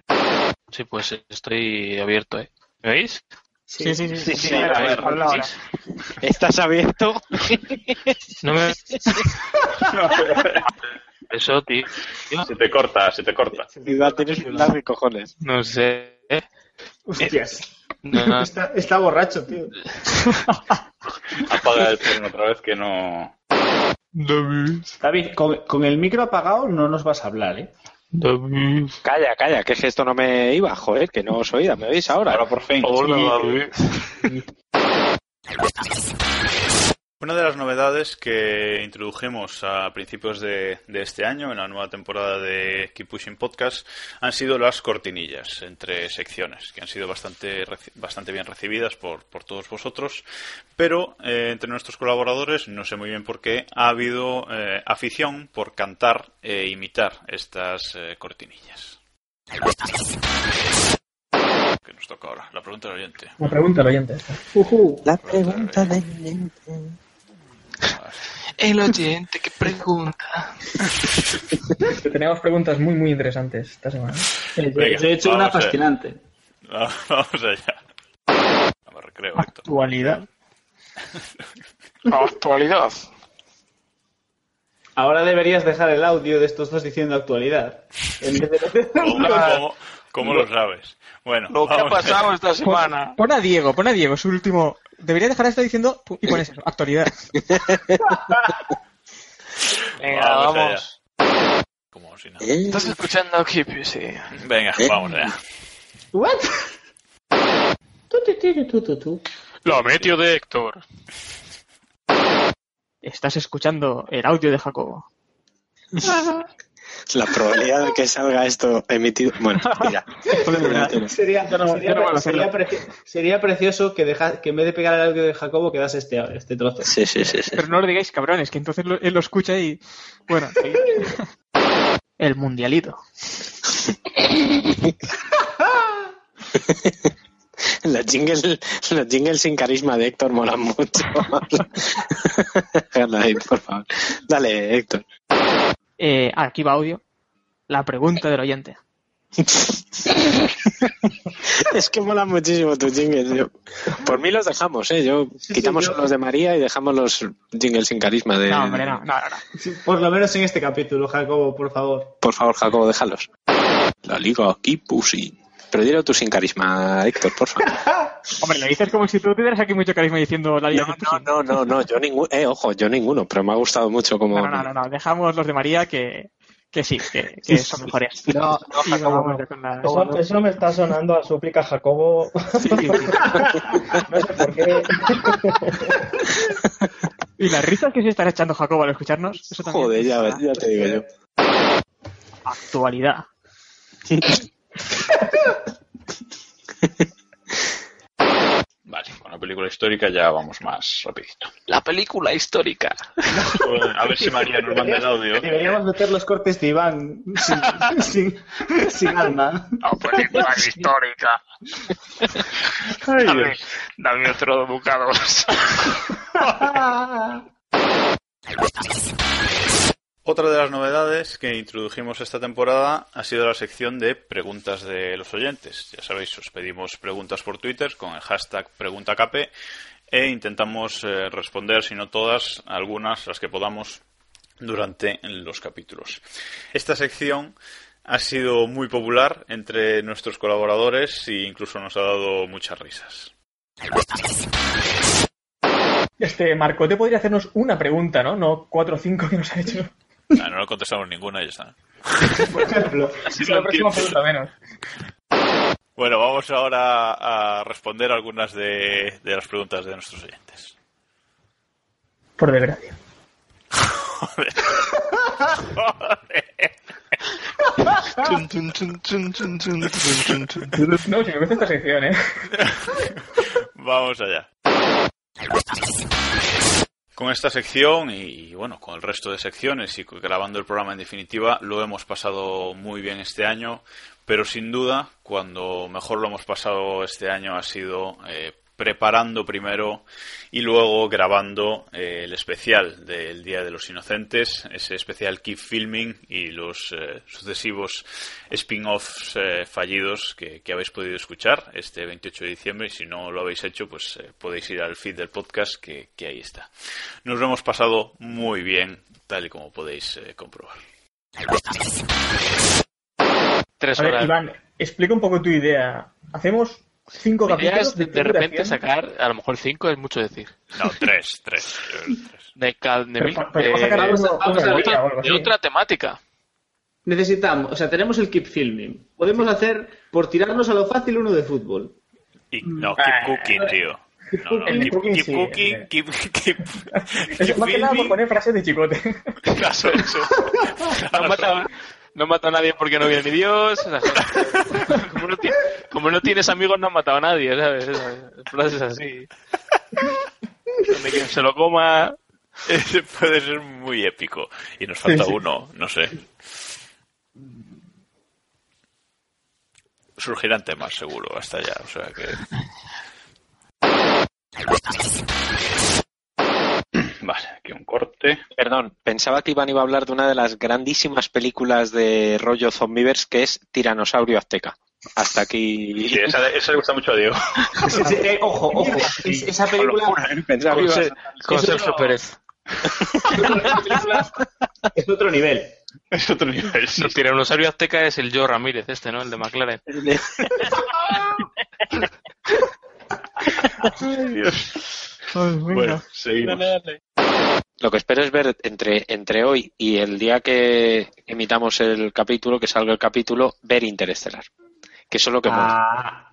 Sí, pues estoy abierto, ¿eh? ¿Me veis? Sí, sí, sí. Sí, sí, a ver, a ver, habla ahora. ¿estás abierto? No me... Eso, tío. Se te corta, se te corta. tienes un lado de cojones. No sé. Hostias. No, no, Está, está borracho, tío. Apaga el porno otra vez que no. David. con, con el micro apagado no nos vas a hablar, ¿eh? Calla, calla, que es que esto no me iba, joder, que no os oía, ¿me veis ahora? Ahora por fin. Una de las novedades que introdujimos a principios de, de este año en la nueva temporada de Keep Pushing Podcast han sido las cortinillas entre secciones, que han sido bastante, reci- bastante bien recibidas por, por todos vosotros, pero eh, entre nuestros colaboradores, no sé muy bien por qué, ha habido eh, afición por cantar e imitar estas eh, cortinillas. Que nos toca ahora, la pregunta del oyente. La pregunta al oyente. esta. La pregunta del oyente. El oyente que pregunta. Que Teníamos preguntas muy, muy interesantes esta semana. Venga, Yo he hecho una vamos a ver. fascinante. Vamos allá. No me recreo, Héctor. Actualidad. Actualidad. Ahora deberías dejar el audio de estos dos diciendo actualidad. En vez de- ¿Cómo, cómo- cómo lo sabes? Bueno, Lo que ha vamos a- pasado esta semana. Pon a Diego, pon a Diego, su último. Debería dejar esto diciendo pu- y pones eso, actualidad. Venga, Vamos allá. vamos. Estás escuchando QPC. Venga, vamos allá. What? Tu, tu, tu, tu, tu, tu. Lo metió de Héctor. Estás escuchando el audio de Jacobo. La probabilidad de que salga esto emitido. Bueno, mira. Sería, sería, yo no voy a sería preci- sería precioso que, deja- que en vez de pegar el audio de Jacobo quedas este, este trozo. Sí, sí, sí. sí. Pero no lo digáis, cabrones, que entonces lo- él lo escucha y. Bueno, el mundialito. La jingle, la jingle sin carisma de Héctor mola mucho. Déjala ahí, por favor. Dale, Héctor. Eh, aquí va audio. La pregunta del oyente. Es que mola muchísimo tu jingle. yo- Por mí los dejamos, ¿eh? Yo, quitamos los de María y dejamos los jingles sin carisma de... No, hombre, no, Sí, Por lo menos en este capítulo, Jacobo, por favor. Por favor, Jacobo, déjalos. La liga aquí, pussy. Pero dilo tú sin carisma, Héctor, por favor. Hombre, lo dices como si tú tuvieras aquí mucho carisma diciendo la liga. No, no, no, no, yo ninguno. Eh, ojo, yo ninguno, pero me ha gustado mucho como. No, no, no, no, dejamos los de María que, que sí, que, que son mejores. No, no, Y Jacobo, vamos no. ya con la- Eso, eso me está sonando a súplica Jacobo. no sé por qué. Y las risas que se estará echando Jacobo al escucharnos, eso también. Joder, ya, ya te digo yo. Actualidad. Vale, con la película histórica ya vamos más rapidito. La película histórica. Pues, A ver si María nos manda el audio. Deberíamos meter los cortes de Iván sin, sin- sin alma. película histórica. dame, dame otro bocado. Otra de las novedades que introdujimos esta temporada ha sido la sección de preguntas de los oyentes. Ya sabéis, os pedimos preguntas por Twitter con el hashtag PreguntaCape e intentamos eh, responder, si no todas, algunas, las que podamos durante los capítulos. Esta sección ha sido muy popular entre nuestros colaboradores e incluso nos ha dado muchas risas. Este, Marco, te podría hacernos una pregunta, ¿no? No cuatro o cinco que nos ha hecho. Ah, no le contestamos ninguna y ya está. Por ejemplo. Así la lo próxima entiendo. pregunta menos. Bueno, vamos ahora a responder algunas de, de las preguntas de nuestros oyentes. Por desgracia. No, si me gusta esta sección, ¿eh? Vamos allá. Con esta sección y bueno, con el resto de secciones y grabando el programa en definitiva, lo hemos pasado muy bien este año, pero sin duda, cuando mejor lo hemos pasado este año ha sido eh, preparando primero y luego grabando eh, el especial del Día de los Inocentes, ese especial Keep Filming y los eh, sucesivos spin-offs eh, fallidos que, que habéis podido escuchar este 28 de diciembre y si no lo habéis hecho pues eh, podéis ir al feed del podcast que, que ahí está. Nos lo hemos pasado muy bien tal y como podéis eh, comprobar. Tres A ver, horas. Iván, explica un poco tu idea. Hacemos cinco La idea capítulos es de, de película repente acción, sacar, a lo mejor cinco es mucho decir. No, tres, tres. De cal, de, Pero mil- eh, pa- pero vamos a de- sacar alguno- vamos a uno ver, al día o otra- algo Ah, de así. otra temática. Necesitamos, o sea, tenemos el keep filming. Podemos hacer, por tirarnos a lo fácil, uno de fútbol. Y- no, Keep Cooking, tío. No, no, Ah. El keep, cooking keep sí. Cooking, Keep, keep, Es más que nada por poner frases de chicote. Eso, eso. No han matado, no han matado a nadie porque no viene ni Dios. esas cosas. Como no, ti- como no tienes amigos, no han matado a nadie, ¿sabes? Esas frases así. Donde quien se lo coma. Ese puede ser muy épico. Y nos falta uno, no sé. Surgirán temas, seguro, hasta allá. O sea que. Vale, aquí un corte. Perdón, pensaba que Iván iba a hablar de una de las grandísimas películas de rollo zombievers que es Tiranosaurio Azteca. Hasta aquí. Sí, esa, esa le gusta mucho a Diego. Sí, sí, eh, ojo, ojo. Es- esa película. Pensaba que ibas a- Eso- Pérez. Es otro nivel. Es otro nivel. El tiranosaurio azteca es el Joe Ramírez, este, ¿no? El de McLaren. Bueno, seguimos. Lo que espero es ver entre, entre hoy y el día que emitamos el capítulo, que salga el capítulo, ver Interestelar. Que eso es lo Ah, que Ah, mola.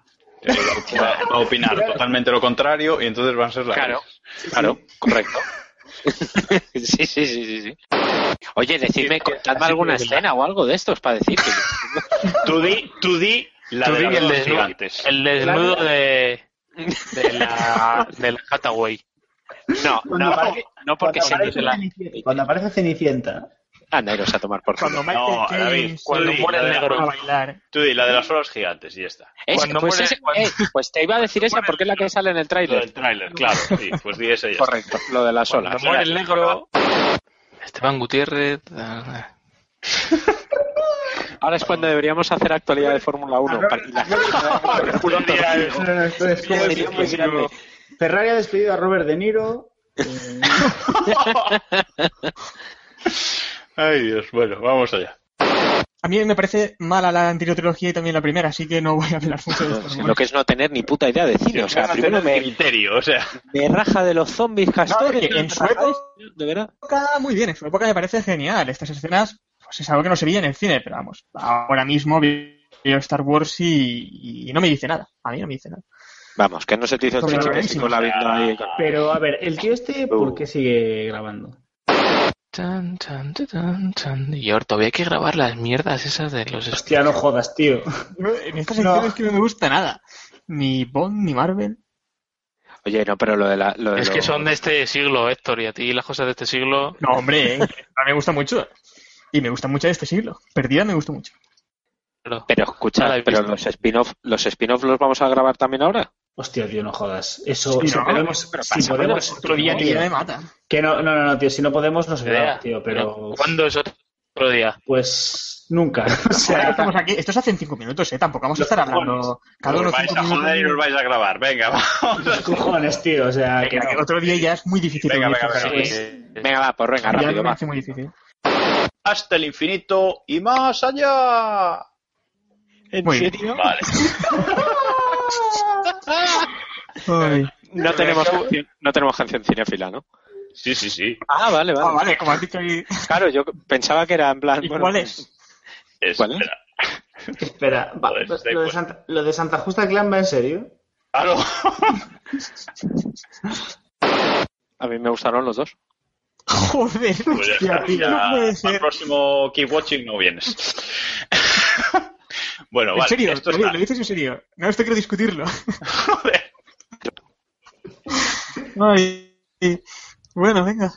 Eh, va, va- va a opinar totalmente lo contrario y entonces van a ser la Claro, claro, correcto. sí, sí, sí, sí, sí. Oye, decidme, contadme alguna escena o algo de estos para decir. Tú di, tú di la Tú de di las el dos desnudo, gigantes. el desnudo de, de la, de la Hathaway. No, no, porque- no Cuando aparece, Cenicienta- cuando aparece Cenicienta. Anda, iros a tomar por Cuando Michael No, David, James cuando cuando se muere el el dedica negro. negro. a bailar. Tú di la de las olas gigantes y ya está. Es- Cuando pues, muere- ese- eh, pues te iba a decir esa porque es la que sale en el Lo tráiler. del tráiler, claro, sí, pues di ese ya. Correcto, lo de las olas. Cuando muere el negro. Esteban Gutiérrez. ah, Ahora es cuando deberíamos hacer actualidad de Fórmula 1. para- y la- No, no, no, esto es como Sería muy decir, grande. Ferrari ha despedido a Robert De Niro. Ay, Dios, bueno, vamos allá. A mí me parece mala la anterior trilogía y también la primera, así que no voy a hablar mucho de esto. Lo que es no tener ni puta idea de cine. O sea, primero me, criterio, o sea. me raja de los zombies castores. en su de verdad. época, muy bien, en su época me parece genial. Estas escenas, pues es algo que no se veía en el cine, pero vamos, ahora mismo veo Star Wars y, y no me dice nada. A mí no me dice nada. Vamos, que no se te hizo el Pero chichi lo que mismo, con la o sea, vida ahí. Pero a ver, el tío este, ¿por qué sigue grabando? Tan, tan, tan, tan, tan. Y ahora todavía hay que grabar las mierdas esas de los. Hostia, no jodas, tío. En estas secciones que no me gusta nada. Ni Bond, ni Marvel. Oye, no, pero lo de la. Lo de Es lo- que son de este siglo, Héctor, y a ti las cosas de este siglo. No, hombre, ¿eh? a mí me gusta mucho. Y me gusta mucho de este siglo. Perdida me gusta mucho. Pero escucha, Nada, he pero visto. los spin-off los, spin los vamos a grabar también ahora. Hostia, tío, no jodas. Eso, Sí, si no, podemos, pero si pásamelo podemos otro día, que tío. no, Me mata. Que no, no, no, no, tío, si no podemos, no se graba, Idea. tío, pero ¿Cuándo es otro día? Pues nunca. O Ahora que sea, estamos aquí, esto es hace cinco minutos, ¿eh? Tampoco vamos a estar hablando cada uno Os vais cinco a minutos. Ah, joder y os vais a grabar, venga, vamos. los cojones, tío, o sea, que Venga, que no. otro día ya es muy difícil. Venga, reunirse venga, otra venga, Eh, vez. Venga, va, pues Ya venga, rápido, me va. hace muy difícil. Hasta el infinito y más allá. ¿En Muy bien. serio? Vale. Ay. No tenemos, canción- no tenemos canción cinéfila, ¿no? Sí, sí, sí. Ah, vale, vale. Ah, vale, como has dicho ahí. Claro, yo pensaba que era en plan. ¿Y bueno, pues, cuál es? ¿Cuál es? Espera, va, pues, Joder, está lo, de impuesto. Santa, lo de Santa Justa Clan va en serio. Ah, no. A mí me gustaron los dos. Joder, Pues ya hostia, está, tío, ya no puede al ser. próximo Keep Watching no vienes. bueno, En vale. serio, esto lo, está. lo dices en serio. No, esto quiero discutirlo. Ay, eh, bueno, venga.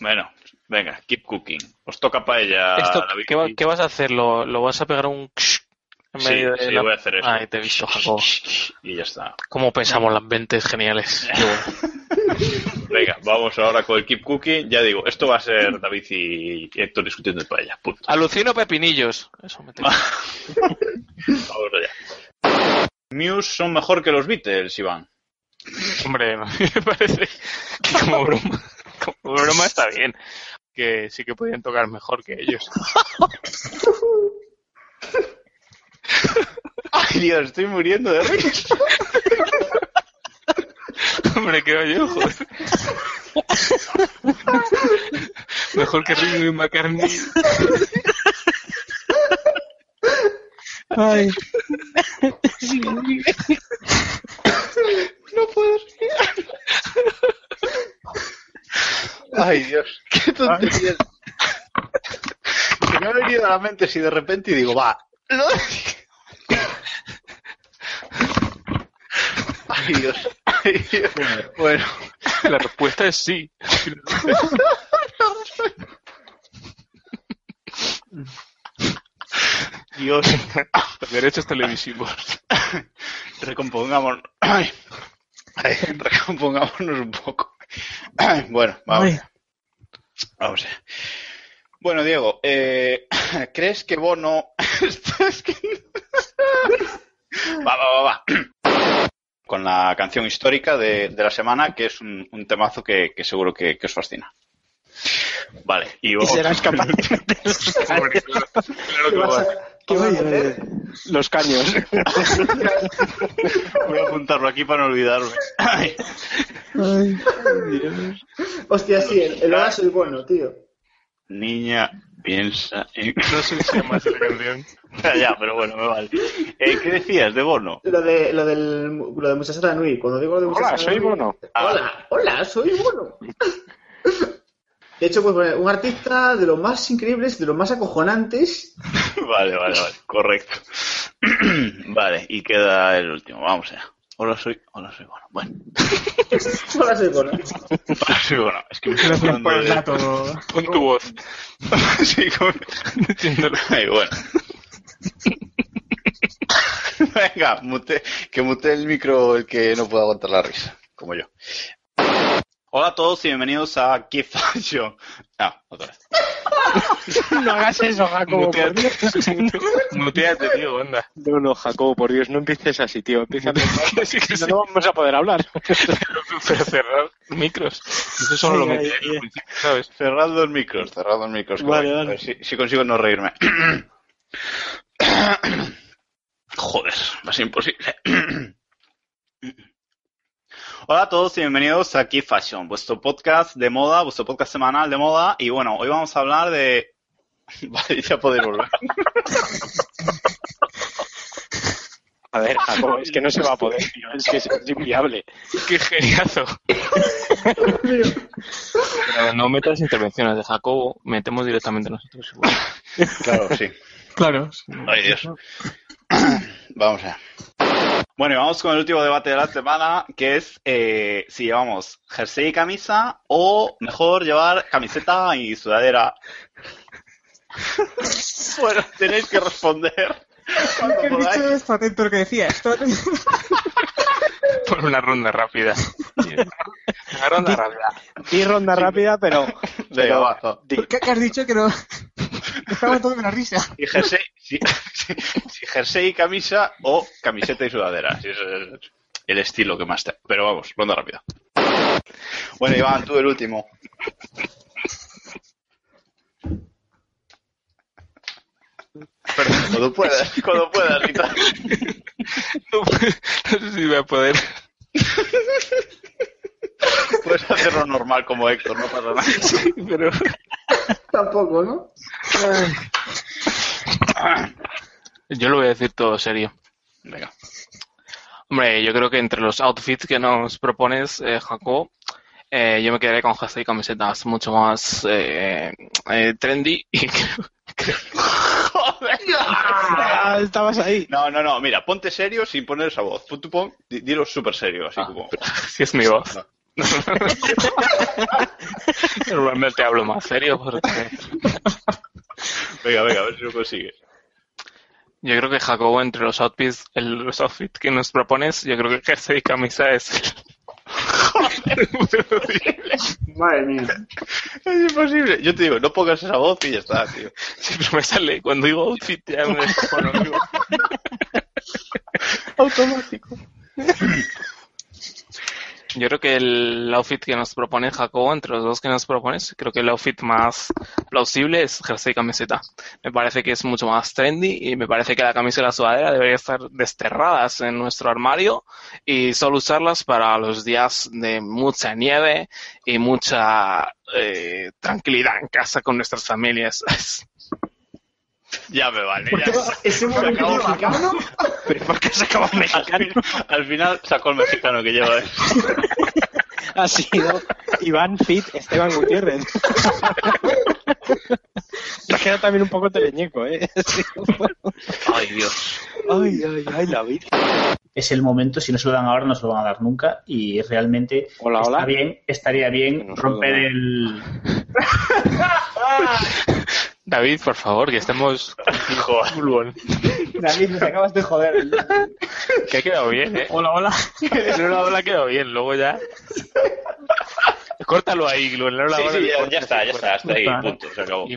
Bueno, venga, Keep Cooking. Os toca paella. Esto, David. ¿qué, va- qué vas a hacer? ¿Lo, lo vas a pegar un en Sí, medio de sí, la- voy a hacer eso. Ay, te he visto, Jacob. Y ya está. ¿Cómo pensamos las mentes geniales? Qué bueno. Venga, vamos ahora con el Keep Cooking. Ya digo, esto va a ser David y Héctor discutiendo de paella. Punto. Alucino pepinillos. Eso me tengo. Vamos allá. Muse son mejor que los Beatles, Iván. Hombre, no, me parece que como broma, como broma está bien. Que sí que podían tocar mejor que ellos. Ay, Dios, estoy muriendo de risa. Hombre, creo yo, joder. Mejor que Ringo y McCartney. Ay, No puedo Ay, Dios, qué tontería. Que me ha venido a la mente si de repente y digo, va. No. Ay, Dios. Ay, Dios. Bueno, La respuesta es sí. Dios, Derechos televisivos. recompongamos. Ay, ay, recompongámonos un poco. Ay, bueno, vamos. ay. Vamos allá. Bueno, Diego, eh, ¿crees que Bono... es que- va, va, va, va. Con la canción histórica de, de la semana, que es un, un temazo que, que seguro que, que os fascina. Vale, y, Y vamos serás con capaz el de Hombre, claro, claro que va. ¿Qué vas a hacer? Los caños. Voy a apuntarlo aquí para no olvidarme. Ay, Hostia, sí, el, el oral soy bueno, tío. niña, piensa en... No sé si llama esa canción. ya, ya, pero bueno, me vale. Eh, ¿Qué decías de Bono? Lo de, lo del, lo de Muchacha de Nui. Cuando digo lo de Muchacha Hola, Pues, de soy Nui- Bono. Hola, hola, soy Bono. De hecho, pues bueno, un artista de los más increíbles, de los más acojonantes. Vale, vale, vale, correcto. vale, y queda el último, vamos allá. Hola, soy... Hola, soy Bono. Bueno, Hola, soy Bono. hola, soy Bono. Es que me estoy Gracias acordando por el de- dato. Con tu voz. sí, con... Ay, bueno. Venga, mute, que mute el micro el que no pueda aguantar la risa, como yo. Hola a todos y bienvenidos a Keep Fashion. Ah, otra vez. No hagas eso, Jacobo. por Dios. Muteate, tío, anda. No, no, Jacobo, por Dios, no empieces así, tío. Empieza a No, no vamos a poder hablar. Pero cerrar micros. Eso solo lo Venga, metías y- al principio, ¿sabes? Cerrad los micros, cerrad los micros. que Vale, voy. vale. A ver Si, si consigo no reírme. Joder, va a ser imposible. Hola a todos y bienvenidos a Keep Fashion, vuestro podcast de moda, vuestro podcast semanal de moda. Y bueno, hoy vamos a hablar de. Vale, ya podéis volver. A ver, Jacobo, es que no se va a poder, tío. Es que es, es inviable. Qué geniazo. Pero no metas intervenciones de Jacobo, metemos directamente nosotros. Claro, sí. Claro. Ay, Dios. Vamos allá. Bueno, y vamos con el último debate de la semana, que es eh, si llevamos jersey y camisa o mejor llevar camiseta y sudadera. bueno, tenéis que responder. Creo que el bicho es atento a lo que decía. Está atento. Por una ronda rápida. Una ronda rápida. Di ronda rápida, pero. Venga, va, va. ¿Qué qué has dicho que no? Estaba todo de la risa. Y jersey, si, si- si jersey y camisa o camiseta y sudadera. Si ese es el estilo que más te... Pero vamos, ronda rápida. Bueno, Iván, tú el último. Perdón, cuando puedas. Cuando puedas, Rita. No, no sé si voy a poder. Puedes hacerlo normal como Héctor, no pasa nada. pero... Tampoco, ¿no? Yo lo voy a decir todo serio. Venga. Hombre, yo creo que entre los outfits que nos propones, eh, Jacob, eh, yo me quedaré con jersey y camiseta. Es mucho más eh, eh, trendy y creo- estabas ahí. No, no, no, mira, ponte serio sin poner esa voz. Pon, tú pon, di- dilo súper serio, así como. si es mi voz. Normalmente hablo más serio porque Venga, venga, a ver si lo consigues. yo creo que Jacobo entre los outfits, el- los outfits que nos propones, yo creo que jersey y camisa es Madre mía. Es imposible. Yo te digo, no pongas esa voz y ya está, tío. siempre me sale cuando digo outfit ya me Automático. Yo creo que el outfit que nos propone Jacobo, entre los dos que nos propones, creo que el outfit más plausible es jersey y camiseta. Me parece que es mucho más trendy y me parece que la camisa y la sudadera deberían estar desterradas en nuestro armario y solo usarlas para los días de mucha nieve y mucha eh, tranquilidad en casa con nuestras familias. Ya me vale. Ya. Ese momento acabó. mexicano. Pero ¿Por qué se acabó el mexicano? Al final sacó el mexicano que lleva. eh. Ha sido Iván Fit Esteban Gutiérrez. Te queda también un poco teleñeco, ¿eh? Sí, bueno. Ay, Dios. Ay, ay, ay, la vida. Es el momento, si no se lo dan ahora, no se lo van a dar nunca. Y realmente Hola, está hola. bien, estaría bien romper el. David, por favor, que estemos... Joder. David, nos acabas de joder. Que ha quedado bien, ¿eh? Hola, hola. En una ola ha quedado bien, luego ya. Córtalo ahí, Glu. En una Sí, ola sí, ya, ya está, ya está, hasta ahí, Claro. punto, se acabó.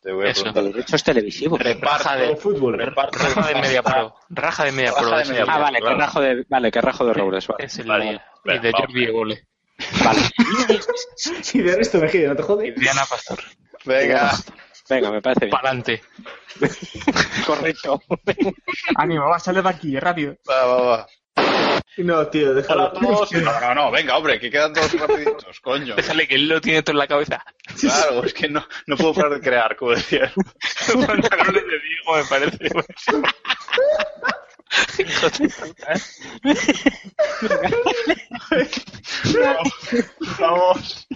Te voy a Eso. preguntar. Derechos televisivos. Raja de, fútbol. raja de media pro. Raja de media Raja pro. de es media el- pro. Ah, vale, que rajo de, vale, que rajo de Robles, vale. Es el Vale, día. venga, Y de vamos. Jordi Gole. Vale. Y de resto me giro, no te jode. Diana Pastor. Venga. Venga, me parece bien. Pa'lante. Correcto. Ánimo, va, sal del banquillo, rápido. Va, va, va. No, tío, déjalo. Hola a todos. No, no, no, venga, hombre, que quedan dos rapiditos, coño. Déjale que él lo tiene todo en la cabeza. Claro, es que no, no puedo parar de crear, como decía. Pantalones de Diego, me parece. Hijo de puta, ¿eh? Vamos.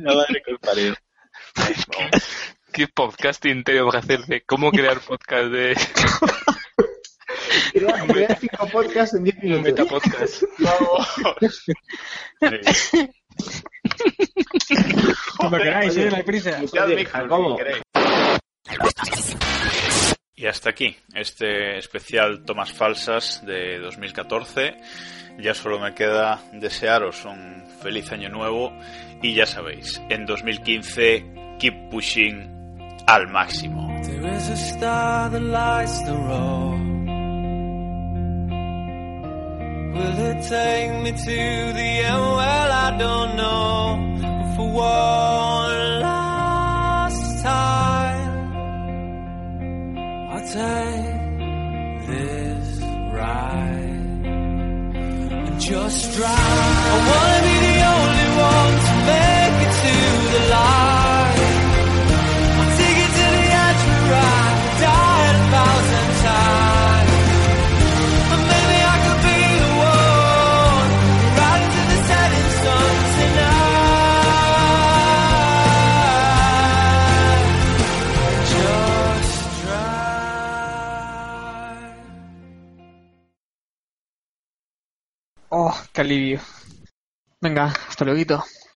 No daré con parido. ¿Qué podcasting tenemos que hacer de cómo crear podcast de Crea, crea cinco podcasts en 10 minutos. metapodcast? Vamos. Cuando queráis, oye, eh, no hay prisa. Ya Oye, el micro, Jacobo. si queréis. Y hasta aquí este especial Tomas Falsas de 2014. Ya solo me queda desearos un feliz año nuevo y ya sabéis, en 2015 keep pushing al máximo. There is a star that lights the road. Will it take me to the end? Well, I don't know. But for one last time, I'll take this ride and just drive. I wanna be the only one to make it to the light. Take it to the edge where I've died a thousand times. But maybe I could be the one riding to the setting sun tonight. Just drive. Oh, qué alivio. Venga, hasta luego.